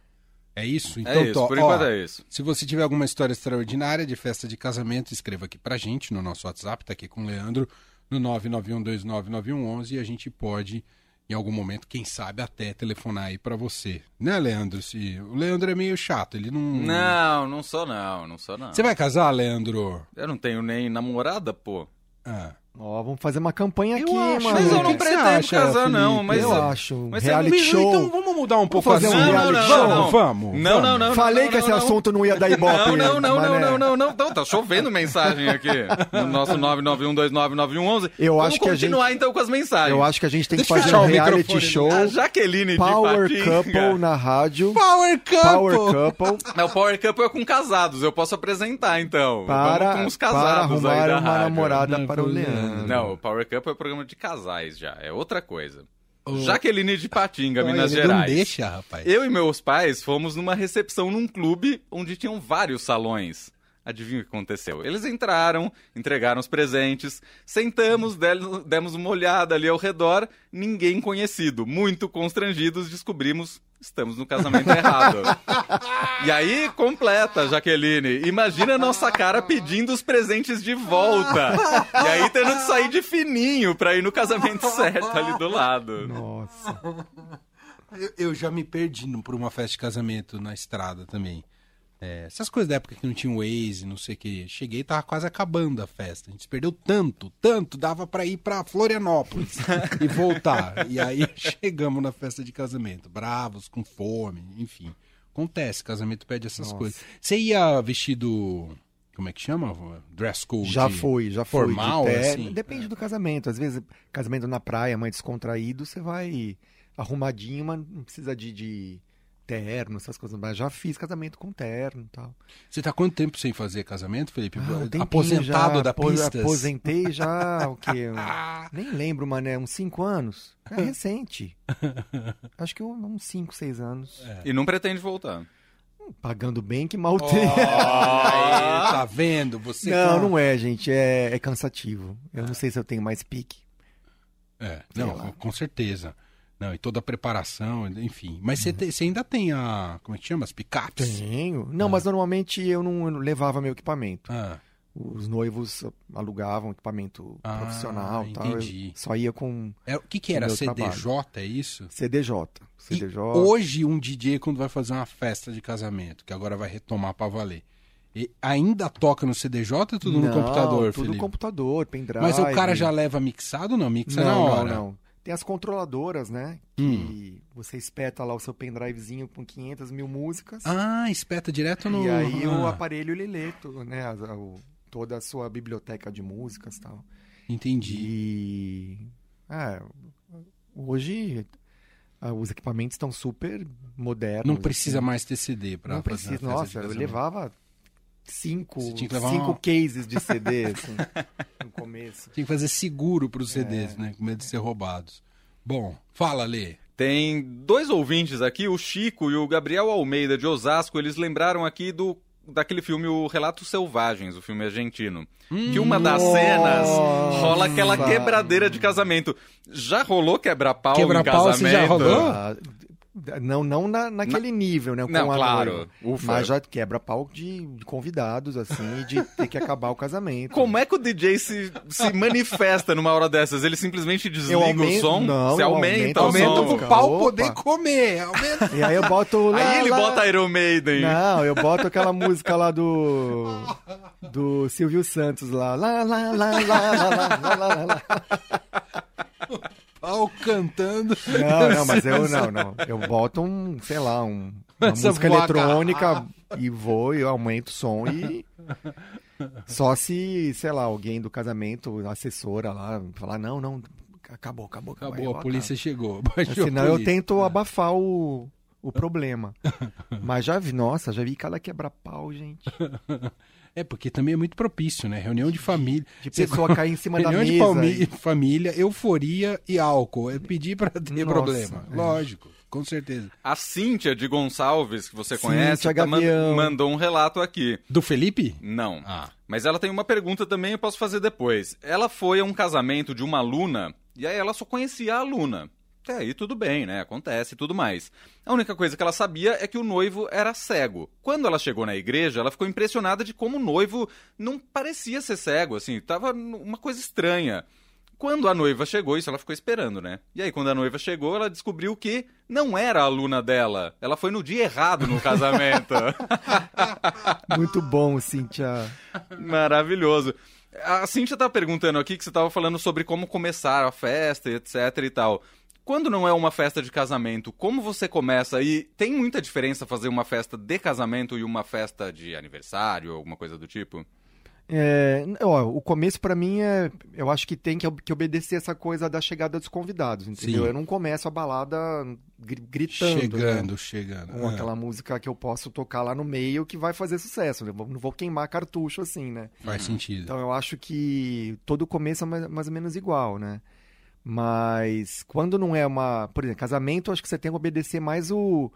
B: É isso? Então,
C: É isso,
B: tó,
C: por
B: ó,
C: enquanto é isso.
B: Se você tiver alguma história extraordinária de festa de casamento, escreva aqui pra gente no um nosso WhatsApp, tá aqui com o Leandro, no 991299111 e a gente pode, em em algum momento, quem sabe, até telefonar aí pra você. Né, Leandro? Se... O Leandro é meio chato, ele não.
C: Não, não sou não, não sou não.
B: Você vai casar, Leandro?
C: Eu não tenho nem namorada, pô.
B: Ah.
D: Ó, vamos fazer uma campanha
B: Eu
D: aqui,
B: acho,
D: mano.
B: mas eu não
D: O que que você
C: pretendo
D: acha,
C: casar, não,
D: Felipe?
C: mas-
D: eu acho. um
C: mas você-
D: reality
B: Mas,
D: show.
B: Então vamos mudar um pouco
D: fazer um
B: assim.
D: reality
B: vamos,
D: show?
B: Vamos, vamos.
C: Não, não, não.
D: Falei
C: não,
D: que
C: não,
D: esse
C: não.
D: assunto não ia dar ibope.
C: Não, não, não,
D: mané.
C: não, não, não, não, não. Tá chovendo mensagem aqui. No nosso 991299111.
D: Eu
C: Vamos
D: acho que a gente-
C: continuar então com as mensagens.
D: Eu acho que a gente tem que
B: Deixa eu
D: fazer
B: fechar
D: um
B: o
D: reality
B: microfone.
D: show.
C: A Jaqueline
D: Power
C: de
D: Couple
C: Patinga.
D: na rádio.
B: Power Couple.
D: Power Couple
C: Não, o Power Couple é com casados. Eu posso apresentar então. Vamos
D: para,
C: com os
D: para
C: casados aí
D: arrumar
C: da
D: uma
C: rádio.
D: namorada
B: Não,
D: para o
B: não.
D: Leandro.
C: Não, o Power Couple é programa de casais já. É outra coisa.
B: Ô.
C: Jaqueline de Patinga,
B: Olha,
C: Minas
B: ele
D: um
C: Gerais.
B: Não deixa, rapaz.
C: Eu e meus pais fomos numa recepção num clube onde tinham vários salões. Adivinha o que aconteceu? Eles entraram, entregaram os presentes, sentamos, del- demos uma olhada ali ao redor, ninguém conhecido. Muito constrangidos, descobrimos estamos no casamento errado. e aí, completa, Jaqueline. Imagina a nossa cara pedindo os presentes de volta. e aí, tendo que sair de fininho pra ir no casamento certo ali do lado.
D: Nossa.
B: Eu, eu já me perdi num- por uma festa de casamento na estrada também. É, essas coisas da época que não tinha um Waze, não sei o que. Cheguei e tava quase acabando a festa. A gente se perdeu tanto, tanto, dava pra ir pra Florianópolis e voltar. E aí chegamos na festa de casamento, bravos, com fome, enfim. Acontece, casamento pede essas
D: Nossa.
B: coisas. Você ia vestido. Como é que chama? Dress code?
D: Já foi, já foi. de
B: formal,
D: terno.
B: assim?
D: Depende do casamento. Às vezes, casamento na praia, mas descontraído, você vai arrumadinho, mas não precisa de, de terno, essas coisas. Mas já fiz casamento com terno e tal.
B: Você tá quanto tempo sem fazer casamento, Felipe?
D: Ah, um tempinho
B: Tipo, Aposentado
D: já,
B: da
D: apo-
B: pista? Ah,
D: Aposentei já, o quê? Um- Nem lembro, mané, uns 5 anos. É recente. Acho que um- uns 5, 6 anos.
B: É.
C: E não pretende voltar.
D: Pagando bem que mal tem.
C: Ah.
B: Aí, tá vendo? Você tá- Ah.
D: não, não é, gente. É, é cansativo. Eu não sei se eu tenho mais pique.
B: É,
D: Sei
B: não,
D: lá.
B: com certeza. Não, e toda a preparação, enfim. Mas você te- você ainda tem a. Como é que chama? As picapes?
D: Tenho. Não, mas normalmente eu não, eu não levava meu equipamento.
B: Ah,
D: Os noivos alugavam equipamento
B: Ah,
D: profissional e tal. Eu
B: entendi.
D: só ia com
B: é, o que, que era?
D: Meu
B: CDJ, é isso?
D: CDJ.
B: E
D: CDJ.
B: hoje, um DJ, quando vai fazer uma festa de casamento, que agora vai retomar pra valer, e ainda toca no CDJ ou é tudo no
D: Não,
B: computador,
D: Tudo
B: Felipe?
D: no computador, pendrive.
B: Mas o cara já leva mixado ou não? Mixa
D: não,
B: na
D: não,
B: é hora.
D: não. Tem as controladoras, né?
B: Hum.
D: Que você espeta lá o seu pendrivezinho com 500 mil músicas.
B: Ah, espeta direto no.
D: E aí o
B: ah,
D: aparelho ele lê tudo, né? as- a- o- toda a sua biblioteca de músicas e tal.
B: Entendi.
D: E. É, hoje ah, os equipamentos estão super modernos.
B: Não precisa
D: assim.
B: mais ter CD pra fazer uma
D: Não precisa.
B: festa de
D: Nossa, eu
B: casamento.
D: levava cinco,
B: Você tinha que levar
D: cinco
B: uma-
D: cases de CD assim, no começo.
B: Tinha que fazer seguro para os CDs, né? Com medo de ser roubados. Bom, fala, Lê.
C: Tem dois ouvintes aqui, o Chico e o Gabriel Almeida de Osasco, eles lembraram aqui do daquele filme O Relatos Selvagens, o filme argentino, que uma das
D: Nossa.
C: cenas rola aquela quebradeira de casamento. Já rolou quebra-pau em
B: Quebra-pau,
C: casamento?
B: você já rolou?
D: Ah, não, não na, naquele nível, né? com
C: Não,
D: a
C: claro.
D: noiva.
C: Ufa.
D: Mas já quebra pau de de convidados, assim, e de ter que acabar o casamento.
C: Como é que o DJ se, se manifesta numa hora dessas? Ele simplesmente desliga
D: aumento-
C: o som?
D: não,
C: você
D: eu
C: aumenta
D: aumento-
C: o
D: aumento
C: som?
D: um pouco. Opa.
B: comer. Aumenta.
D: E aí eu boto. lá,
C: Aí ele
D: lá- Né?
C: bota Iron Maiden.
D: Não, eu boto aquela música lá do. Do Silvio Santos lá. Lá, lá, lá, lá, lá, lá, lá, lá, lá, lá.
B: Pau cantando.
D: Não, não, mas eu não, não. Eu boto um, sei lá, um, uma
B: Essa
D: música
B: voa
D: eletrônica e vou, eu aumento o som e. Só se, sei lá, alguém do casamento, assessora lá, falar, não, não, acabou, acabou, acabou.
B: Acabou,
D: Eu
B: a polícia chegou. Baixou
D: acabo.
B: a
D: Senão eu
B: polícia. É.
D: tento abafar o, o problema. Mas já vi, nossa, já vi cada quebra-pau, gente.
B: É, porque também é muito propício, né? Reunião de família.
D: De
B: Você
D: pessoa cair em cima da
B: Reunião
D: mesa.
B: de palmi- família, euforia e álcool. É pedir pra ter
D: Nossa,
B: problema.
D: é.
B: Lógico, com certeza.
C: A Cíntia de Gonçalves, que você
D: Cíntia
C: conhece, tá man-
D: Gavião.
C: mandou um relato aqui.
B: Do Felipe?
C: Não.
B: Ah.
C: Mas ela tem uma pergunta também, eu posso fazer depois. Ela foi a um casamento de uma aluna, e aí ela só conhecia a aluna. Até aí tudo bem, né? Acontece e tudo mais. A única coisa que ela sabia é que o noivo era cego. Quando ela chegou na igreja, ela ficou impressionada de como o noivo não parecia ser cego, assim, tava n- uma coisa estranha. Quando a noiva chegou, isso ela ficou esperando, né? E aí, quando a noiva chegou, ela descobriu que não era a aluna dela. Ela foi no dia errado no casamento.
D: Muito bom, Cíntia.
C: Maravilhoso. A Cintia tá perguntando aqui que você tava falando sobre como começar a festa, etc e tal. Quando não é uma festa de casamento, como você começa? E tem muita diferença fazer uma festa de casamento e uma festa de aniversário, alguma coisa do tipo?
D: É, ó, o começo pra mim é. Eu acho que tem que, ob- que obedecer essa coisa da chegada dos convidados, entendeu?
B: Sim.
D: Eu não começo a balada gri- gritando. né?
B: Chegando, chegando.
D: Com
B: Ah,
D: aquela música que eu posso tocar lá no meio que vai fazer sucesso. né? Eu não vou queimar cartucho assim, né?
B: Faz sentido.
D: Então eu acho que todo começo é mais, mais ou menos igual, né? Mas quando não é uma. Por exemplo, casamento, eu acho que você tem que obedecer mais o,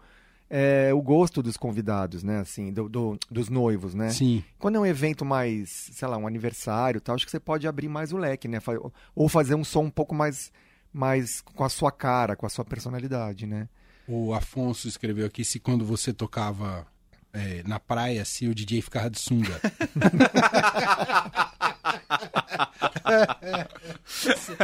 D: é, o gosto dos convidados, né? Assim, do- do- dos noivos, né?
B: Sim.
D: Quando é um evento mais, sei lá, um aniversário, e tal, acho que você pode abrir mais o leque, né? Fa- Ou fazer um som um pouco mais, mais com a sua cara, com a sua personalidade, né?
B: O Afonso escreveu aqui se quando você tocava é, na praia, se o DJ ficava de sunga. Sem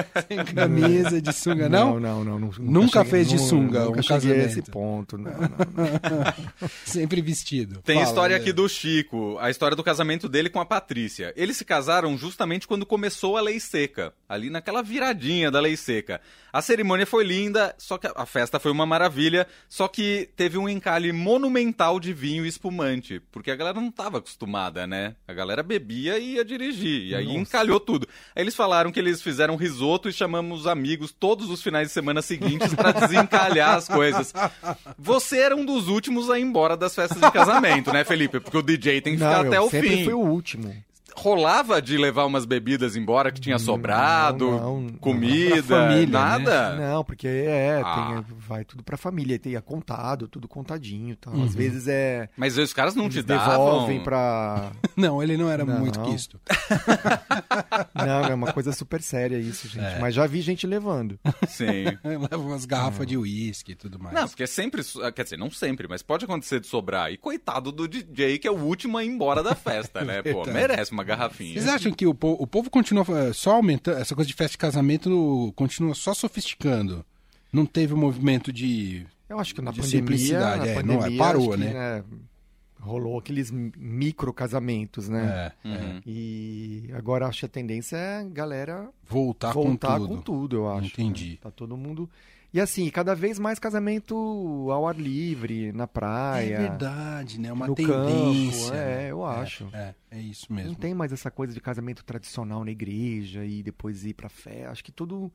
B: camisa de sunga, não?
D: não, não. Nunca,
B: Nunca fez de
D: nu-
B: sunga
D: nunca
B: um
D: cheguei a esse
B: casamento.
D: ponto. Não, não.
B: Sempre vestido.
C: Tem a
B: Fala,
C: história aqui
B: Leandro.
C: do Chico, a história do casamento dele com a Patrícia. Eles se casaram justamente quando começou a lei seca, ali naquela viradinha da lei seca. A cerimônia foi linda, só que a festa foi uma maravilha, só que teve um encalhe monumental de vinho e espumante, porque a galera não estava acostumada, né? A galera bebia e ia dirigir, e aí
D: Nossa.
C: encalhou tudo. Aí eles falaram que eles fizeram um risoto e chamamos os amigos todos os finais de semana seguintes pra desencalhar as coisas. Você era um dos últimos a ir embora das festas de casamento, né, Felipe? Porque o DJ tem que
D: Não,
C: ficar
D: eu
C: até o
D: sempre
C: fim.
D: fui o último.
C: Rolava de levar umas bebidas embora que tinha sobrado,
D: não, não. né?
C: comida,
B: Pra família,
C: nada?
D: Não, porque é,
C: Ah.
D: tem- vai tudo pra família, tem é contado, tudo contadinho, e tal.
B: Uhum.
D: Às vezes é
C: Mas os caras não
D: eles
C: te davam.
D: devolvem pra
B: Não, ele não era
D: Não.
B: muito quisto.
D: Não, é uma coisa super séria isso, gente.
B: É.
D: Mas já vi gente levando.
C: Sim.
B: Leva umas garrafas de uísque e tudo mais.
C: Não, porque é sempre. Quer dizer, não sempre, mas pode acontecer de sobrar. E coitado do DJ, que é o último a ir embora da festa, né? Pô,
B: Verdade.
C: merece uma garrafinha.
B: Vocês acham que o, po- o povo continua eh, só aumentando, essa coisa de festa de casamento no- continua só sofisticando? Não teve um movimento de.
D: Eu acho que na
B: De
D: pandemia, na
B: simplicidade, é, não
D: pandemia
B: é, parou,
D: acho que,
B: né?
D: Rolou aqueles mi- micro casamentos, né?
B: eh,
C: Uhum.
D: E agora acho que a tendência é a galera
B: voltar, Tá
D: voltar
B: com tudo.
D: eu acho.
B: Entendi.
D: né? Tá todo mundo. E assim, cada vez mais casamento ao ar livre, na praia.
B: É verdade, né? Uma
D: no
B: tendência.
D: campo, é,
B: né?
D: eu acho.
B: É, é isso
D: Não
B: mesmo.
D: tem mais essa coisa de casamento tradicional na igreja e depois ir pra fé. Acho que tudo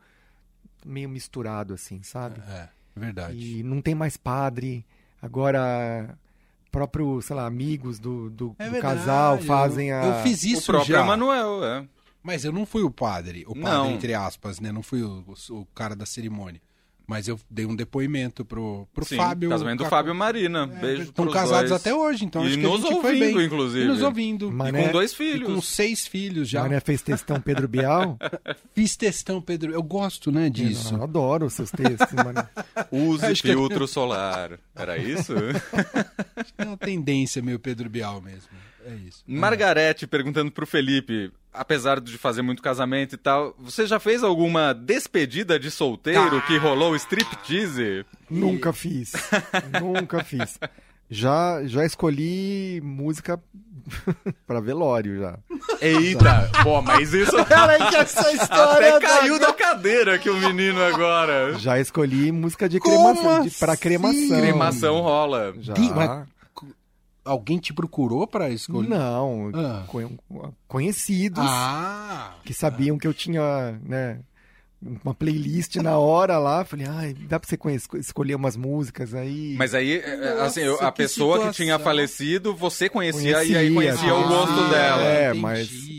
D: meio misturado, assim, sabe?
B: É, verdade.
D: E não tem mais padre. Agora, próprio, sei lá, amigos do, do,
B: É
D: do
B: verdade,
D: casal
B: eu-
D: fazem a.
B: Eu fiz
C: o
B: isso
C: próprio
B: já,
C: Emanuel, é.
B: mas eu não fui o padre. O padre,
C: Não.
B: entre aspas, né? Não fui o, o- o cara da cerimônia. Mas eu dei um depoimento pro, pro
C: Sim,
B: Fábio.
C: Casamento do
B: Ca-
C: Fábio e Marina. Beijo
B: Estão
C: pros
B: casados
C: dois.
B: até hoje, então
C: E
B: acho que a
C: nos
B: gente foi
C: ouvindo,
B: bem.
C: inclusive.
B: E nos ouvindo.
D: Mas-
B: E
C: E
D: Né?
C: com dois
B: e
C: filhos.
B: com seis filhos já.
D: Mané fez textão Pedro Bial.
B: Fiz textão, Pedro. Eu gosto, né, disso.
D: Eu adoro os seus textos, Mané.
C: Use filtro solar. Era isso?
B: É uma tendência meio Pedro Bial mesmo. É isso.
C: Margarete perguntando pro Felipe, apesar de fazer muito casamento e tal, você já fez alguma despedida de solteiro que rolou striptease?
D: Nunca fiz. Nunca fiz. Já, já escolhi música pra velório já.
C: Eita! Pô, mas isso
B: é
D: Peraí, que essa
C: até caiu da cadeira que o menino
B: Hum.
C: agora.
D: Já escolhi música de
B: Como
D: cremação, de, pra
B: assim?
D: cremação.
C: Cremação rola.
D: Já.
B: Di- mas- Alguém te procurou pra escolher?
D: Não,
B: Ah.
D: co- conhecidos
B: Ah!
D: que sabiam que eu tinha, né, uma playlist na hora lá. Falei, ai, dá pra você conhe- escolher umas músicas aí.
C: Mas aí, é,
B: Nossa,
C: assim, eu- a
B: que
C: pessoa que
B: situação.
C: tinha falecido, você conhecia, e aí
D: Conhecia,
C: conhecia o gosto
B: Ah,
D: conhecia,
C: dela.
D: É,
B: entendi.
D: mas-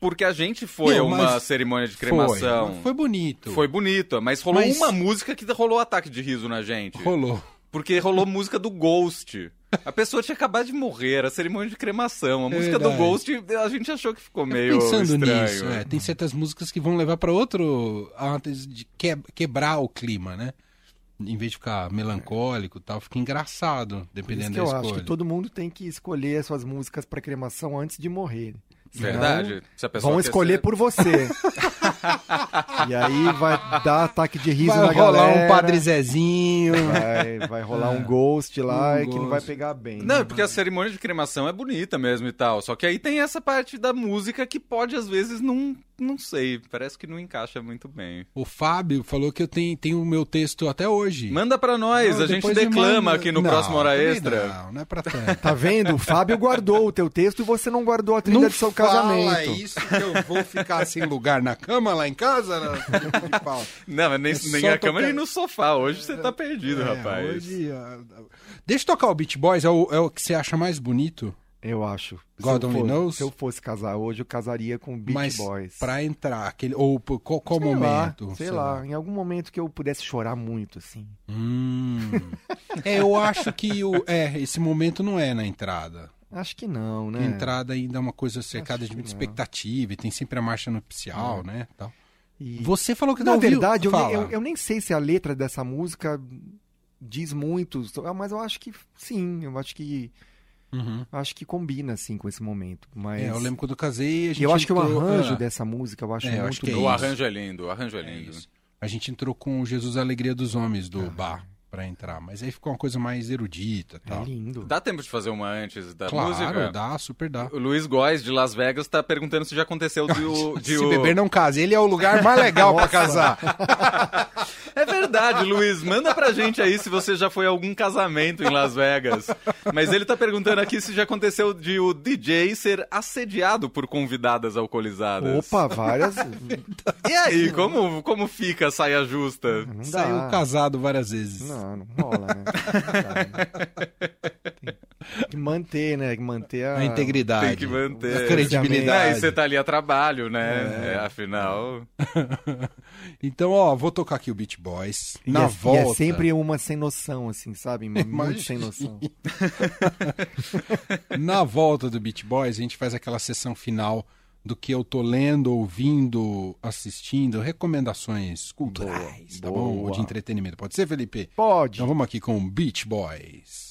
C: Porque a gente foi a
B: Não,
C: uma
B: mas
C: cerimônia de
B: Foi,
C: cremação.
B: mas
C: Foi,
B: foi bonito.
C: bonita, mas rolou
B: Mas-
C: uma música que rolou ataque de riso na gente.
B: Rolou.
C: Porque rolou música do Ghost. A pessoa tinha acabado de morrer, a cerimônia de cremação. A música do
B: verdade. É
C: Ghost, a gente achou que ficou meio
B: Pensando
C: estranho. né?
B: nisso, é, tem certas músicas que vão levar pra outro. antes de que- quebrar o clima, né? Em vez de ficar melancólico e tal, fica engraçado,
D: Por isso
B: dependendo
D: que
B: da
D: eu
B: escolha.
D: acho que todo mundo tem que escolher as suas músicas pra cremação antes de morrer. Senão,
C: Verdade. Se a pessoa
D: Vão
C: quer
D: escolher
C: ser-
D: por você. E aí vai dar ataque de riso na
B: vai rolar
D: galera.
B: um Padre Zezinho.
D: Vai, vai rolar um ghost lá
B: Um
D: e que não vai
B: ghost.
D: pegar bem.
C: Não, é porque a cerimônia de cremação é bonita mesmo e tal. Só que aí tem essa parte da música que pode, às vezes, não. Não sei. Parece que não encaixa muito bem.
B: O Fábio falou que eu tenho, tenho o meu texto até hoje.
C: Manda pra nós,
B: Não,
C: a gente
B: depois me
C: declama
B: manda.
C: aqui no
B: Não,
C: próximo Hora
B: também
C: Extra.
B: Não, não é pra tanto.
D: Tá vendo? O Fábio guardou o teu texto e você não guardou a trilha
B: Não
D: de seu
B: Fala
D: casamento.
B: isso que eu vou ficar sem lugar na cama lá em casa, né? Filho de pau.
C: Não, mas nem,
B: É
C: nem
B: só
C: a cama
B: tocar-
C: nem no sofá. Hoje você tá perdido,
B: É,
C: rapaz.
B: hoje, ah, ah. Deixa eu tocar o Beat Boys, é o, é o que você acha mais bonito.
D: Eu acho. Se
B: God
D: eu
B: only
D: for-
B: knows.
D: Se eu fosse casar hoje, eu casaria com Beach
B: mas
D: Boys.
B: pra entrar, aquele, ou por- qual, qual
D: sei
B: momento?
D: Lá, sei, lá, em algum momento que eu pudesse chorar muito, assim.
B: Hum. é, eu acho que o, é, esse momento não é na entrada.
D: Acho que não, né?
B: A entrada ainda é uma coisa cercada de
D: Acho que
B: muita
D: não.
B: expectativa e tem sempre a marcha nupcial, né? tal.
D: E-
B: Você falou que
D: Na
B: não ouviu.
D: verdade, eu,
B: Fala.
D: nem- eu, eu nem sei se a letra dessa música diz muito, so- mas eu acho que sim, eu acho que
B: Uhum.
D: acho que combina assim com esse momento. Mas
B: É, eu lembro quando eu casei, a
D: E
B: gente
D: eu acho que o
B: entrou-
D: arranjo
B: Ah.
D: dessa música, eu acho
B: É, eu
D: muito
B: acho que é
D: bom.
C: O
B: isso.
C: arranjo é lindo, o arranjo é
B: É
C: lindo.
B: isso. A gente entrou com o Jesus a Alegria dos Homens
C: É.
B: do bar pra entrar, mas aí ficou uma coisa mais erudita e
D: É
B: tal.
D: lindo.
C: Dá tempo de fazer uma antes da
B: claro,
C: música?
B: dá, super dá.
C: O Luiz Góes, de Las Vegas, tá perguntando se já aconteceu de o... de
B: Se
C: o-
B: beber não casa, ele é o lugar mais legal pra casar.
C: É verdade, Luiz. Manda pra gente aí se você já foi a algum casamento em Las Vegas. Mas ele tá perguntando aqui se já aconteceu de o DJ ser assediado por convidadas alcoolizadas.
D: Opa, várias.
C: E aí, como, como fica a saia justa?
D: Não dá.
B: Saiu casado várias vezes.
D: Não, não rola, né? Não dá, né? Tem que manter, né? Tem que manter a,
B: A integridade.
C: Tem que manter.
B: A
C: Ah, e
B: credibilidade.
C: você tá ali a trabalho, né? É, afinal.
B: Então, ó, vou tocar aqui o Beat Boys.
D: E
B: na
D: é,
B: volta.
D: E é sempre uma sem noção, assim, sabe? Muito
B: Imagina.
D: sem noção.
B: Na volta do Beat Boys, a gente faz aquela sessão final do que eu tô lendo, ouvindo, assistindo, recomendações culturais, tá bom? Ou de
D: boa.
B: entretenimento. Pode ser, Felipe?
D: Pode.
B: Então vamos aqui com o Beach Boys.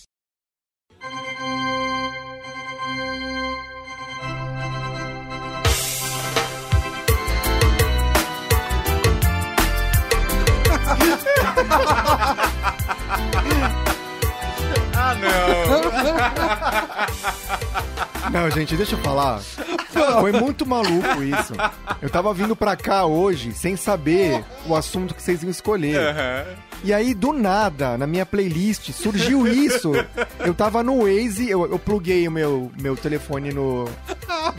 C: Ah, não!
D: Não, gente, deixa eu falar. Foi muito maluco isso. Eu tava vindo pra cá hoje sem saber o assunto que vocês iam escolher.
C: Aham.
D: E aí, do nada, na minha playlist, surgiu isso. Eu tava no Waze, eu, eu pluguei o meu, meu telefone no.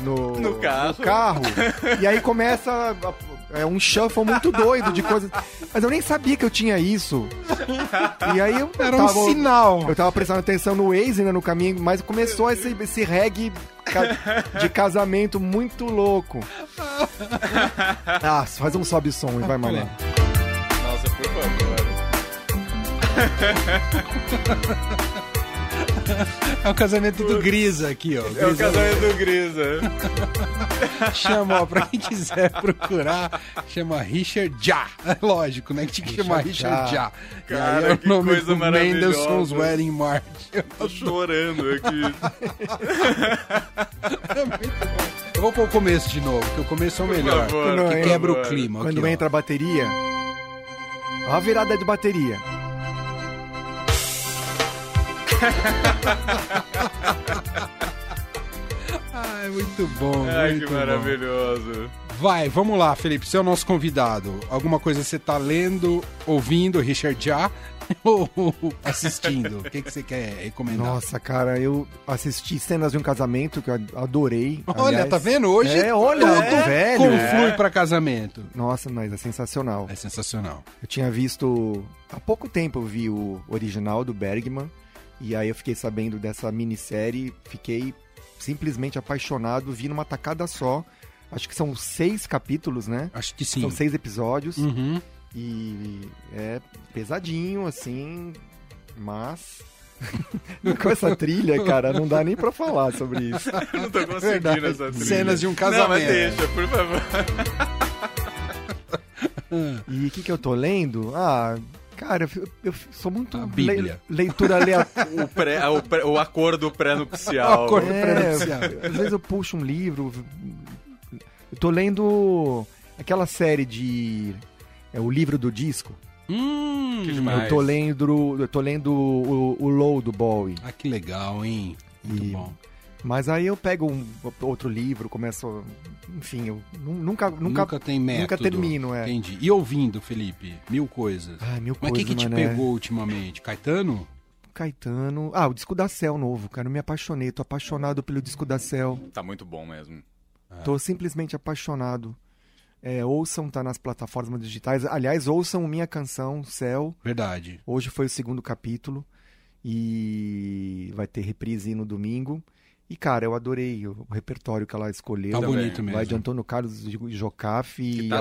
D: No,
C: No carro.
D: carro. E aí começa. a- É um shuffle muito doido de coisas. Mas eu nem sabia que eu tinha isso. E aí eu
B: Era um
D: tava-
B: sinal.
D: eu tava prestando atenção no Waze, né, no caminho, mas começou esse, esse reggae ca- de casamento muito louco. Ah, faz um sobe som e vai, mamãe.
C: Nossa, por favor.
B: É o casamento do Grisa aqui, ó.
C: É o
B: Grisa
C: casamento do Grisa.
B: chama, ó, pra quem quiser procurar, chama Richard Ja. É lógico, né? Que tinha que chamar Richard
D: Richard
B: Ja.
D: Ja.
B: E aí
C: Cara,
B: é o
C: que
B: nome
C: coisa
B: do
C: maravilhosa.
B: Mendelssohn's Wedding March. É
C: Tô Tá chorando aqui.
B: Eu vou pôr o começo de novo, que o começo é o melhor.
C: favor,
D: por
B: que quebra o
C: favor.
B: clima.
D: Quando
B: aqui, ó.
D: entra a bateria. Ó a virada de bateria.
B: Ah, é muito bom.
C: Ai,
B: muito
C: que
B: bom.
C: maravilhoso.
B: Vai, vamos lá, Felipe. Você é o nosso convidado. Alguma coisa você tá lendo, ouvindo, Richard já, ou assistindo? O que, que você quer recomendar?
D: Nossa, cara, eu assisti cenas de um casamento que eu adorei.
B: olha,
D: aliás.
B: tá vendo? Hoje
D: É, olha,
B: tudo
D: é, velho.
B: conflui pra casamento.
D: Nossa, mas é sensacional.
B: É sensacional.
D: Eu tinha visto. Há pouco tempo eu vi o original do Bergman. E aí eu fiquei sabendo dessa minissérie. Fiquei simplesmente apaixonado. Vi numa tacada só. Acho que são seis capítulos, né?
B: Acho que sim.
D: São seis episódios.
B: Uhum.
C: Tá
D: E é pesadinho, assim. Mas. Com essa trilha, cara, não dá nem pra falar sobre isso.
C: Eu não tô conseguindo
B: Verdade.
C: essa trilha.
B: Cenas de um
C: Não, mas
B: casamento.
C: deixa, por favor.
D: E o que, que eu tô lendo? Ah, cara, eu, eu sou muito.
B: A Bíblia.
D: le- leitura aleatória.
C: O, pré, o, pré- o acordo pré-nupcial.
B: O acordo.
D: É,
B: preferencial.
D: às vezes eu puxo um livro. Eu tô lendo Aquela série de. É o livro do disco.
B: Hum,
C: Que demais.
D: Eu tô lendo. Eu tô lendo o, o Low do Bowie.
B: Ah, que legal, hein? Muito
D: E-
B: bom.
D: Mas aí eu pego um outro livro, começo. Enfim, eu nu- nunca. Nunca,
B: Nunca, tem método.
D: nunca termino, é.
B: Entendi. E ouvindo, Felipe? Mil coisas.
D: Ah, mil
B: Mas o
D: coisas,
B: que, que te
D: mané.
B: pegou ultimamente? Caetano?
D: Caetano. Ah, o disco da Cell novo, cara. Eu me apaixonei. Tô apaixonado pelo disco da Cell.
C: Tá muito bom mesmo.
B: Ah.
D: Tô simplesmente apaixonado. É, ouçam, tá nas plataformas digitais. Aliás, ouçam minha canção, Cell.
B: Verdade.
D: Hoje foi o segundo capítulo. E vai ter reprise no domingo. E, cara, eu adorei o o repertório que ela é escolheu.
B: Tá
C: também.
B: bonito mesmo.
D: Vai de um Antônio Carlos de Jocafe,
C: Que tá linda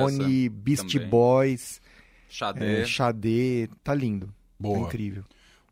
D: Alcione, Beast
C: também.
D: Boys,
C: Xadê.
D: é, Xadê. Tá lindo. Tá
B: Boa.
D: incrível.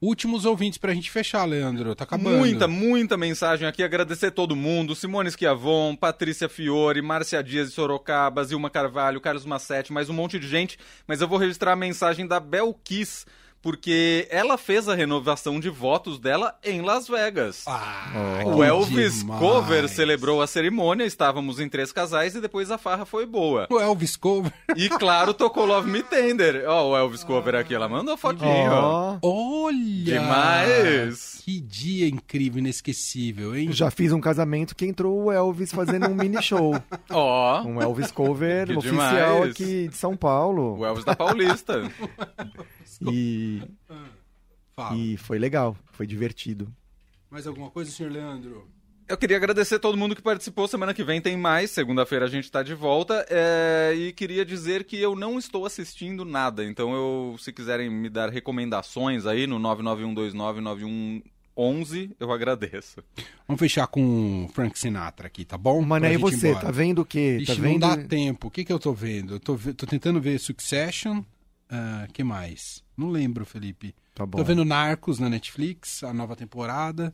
B: Últimos ouvintes pra gente fechar, Leandro. Tá acabando.
C: Muita, muita mensagem aqui. Agradecer todo mundo. Simone Schiavon, Patrícia Fiore, Márcia Dias de Sorocaba, Zilma Carvalho, Carlos Massetti, mais um monte de gente. Mas eu vou registrar a mensagem da Belkis, porque ela fez a renovação de votos dela em Las Vegas.
B: Ah,
C: O
B: que
C: Elvis
B: demais.
C: Cover celebrou a cerimônia, estávamos em três casais e depois a farra foi boa.
B: O Elvis Cover.
C: E claro, tocou Love Me Tender. Ó, o Elvis Cover aqui, ela mandou fotinho. ó.
D: Ó,
B: Olha!
C: Demais!
B: Que dia incrível, inesquecível, hein?
D: já fiz um casamento que entrou o Elvis fazendo um mini show.
C: Ó,
D: Um Elvis cover
C: Que
D: oficial
C: demais.
D: aqui de São Paulo.
C: o Elvis da Paulista.
D: E,
B: Fala.
D: e foi legal, foi divertido.
B: Mais alguma coisa, senhor Leandro?
C: Eu queria agradecer todo mundo que participou. Semana que vem tem mais. Segunda-feira a gente tá de volta. É, E queria dizer que eu não estou assistindo nada. Então, eu, se quiserem me dar recomendações aí no 991299111, eu agradeço.
B: Vamos fechar com o Frank Sinatra aqui, tá bom?
D: Mas
B: Pra
D: aí
B: gente ir
D: você,
B: embora.
D: tá vendo o quê?
B: Ixi,
D: tá vendo?
B: não dá tempo. O que, que eu tô vendo? Eu tô, ve- tô tentando ver Succession. O que mais? Não lembro, Felipe.
D: Tá bom.
B: Tô vendo Narcos na Netflix, a nova temporada.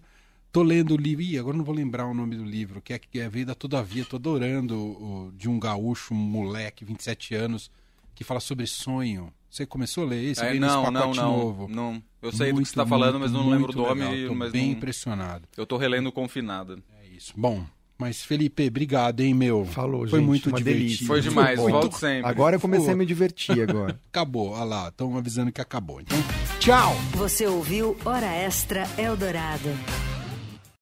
B: Tô lendo o livro. Ih, agora não vou lembrar o nome do livro, que é, que é Vida Todavia. Tô adorando o, o- de um gaúcho, um moleque, 27 anos, que fala sobre sonho. Você começou a ler esse? Eu
C: É,
B: li nesse
C: não, não,
B: pacote
C: não,
B: novo.
C: não. Eu sei do que
B: Muito,
C: você tá falando,
B: muito,
C: mas não lembro o
B: muito
C: nome.
B: legal. Tô
C: mas
B: bem
C: não-
B: impressionado.
C: Eu tô relendo Confinada.
B: É isso. Bom, mas Felipe, obrigado, hein, meu.
D: Falou,
B: Foi
D: gente,
B: muito
D: uma
B: divertido.
D: delícia.
C: Foi demais,
D: bom.
C: volto sempre.
D: Agora eu comecei
B: Pô.
D: a me divertir agora.
B: Acabou, olha lá, estão avisando que acabou. Então, tchau!
A: Você ouviu Hora Extra Eldorado.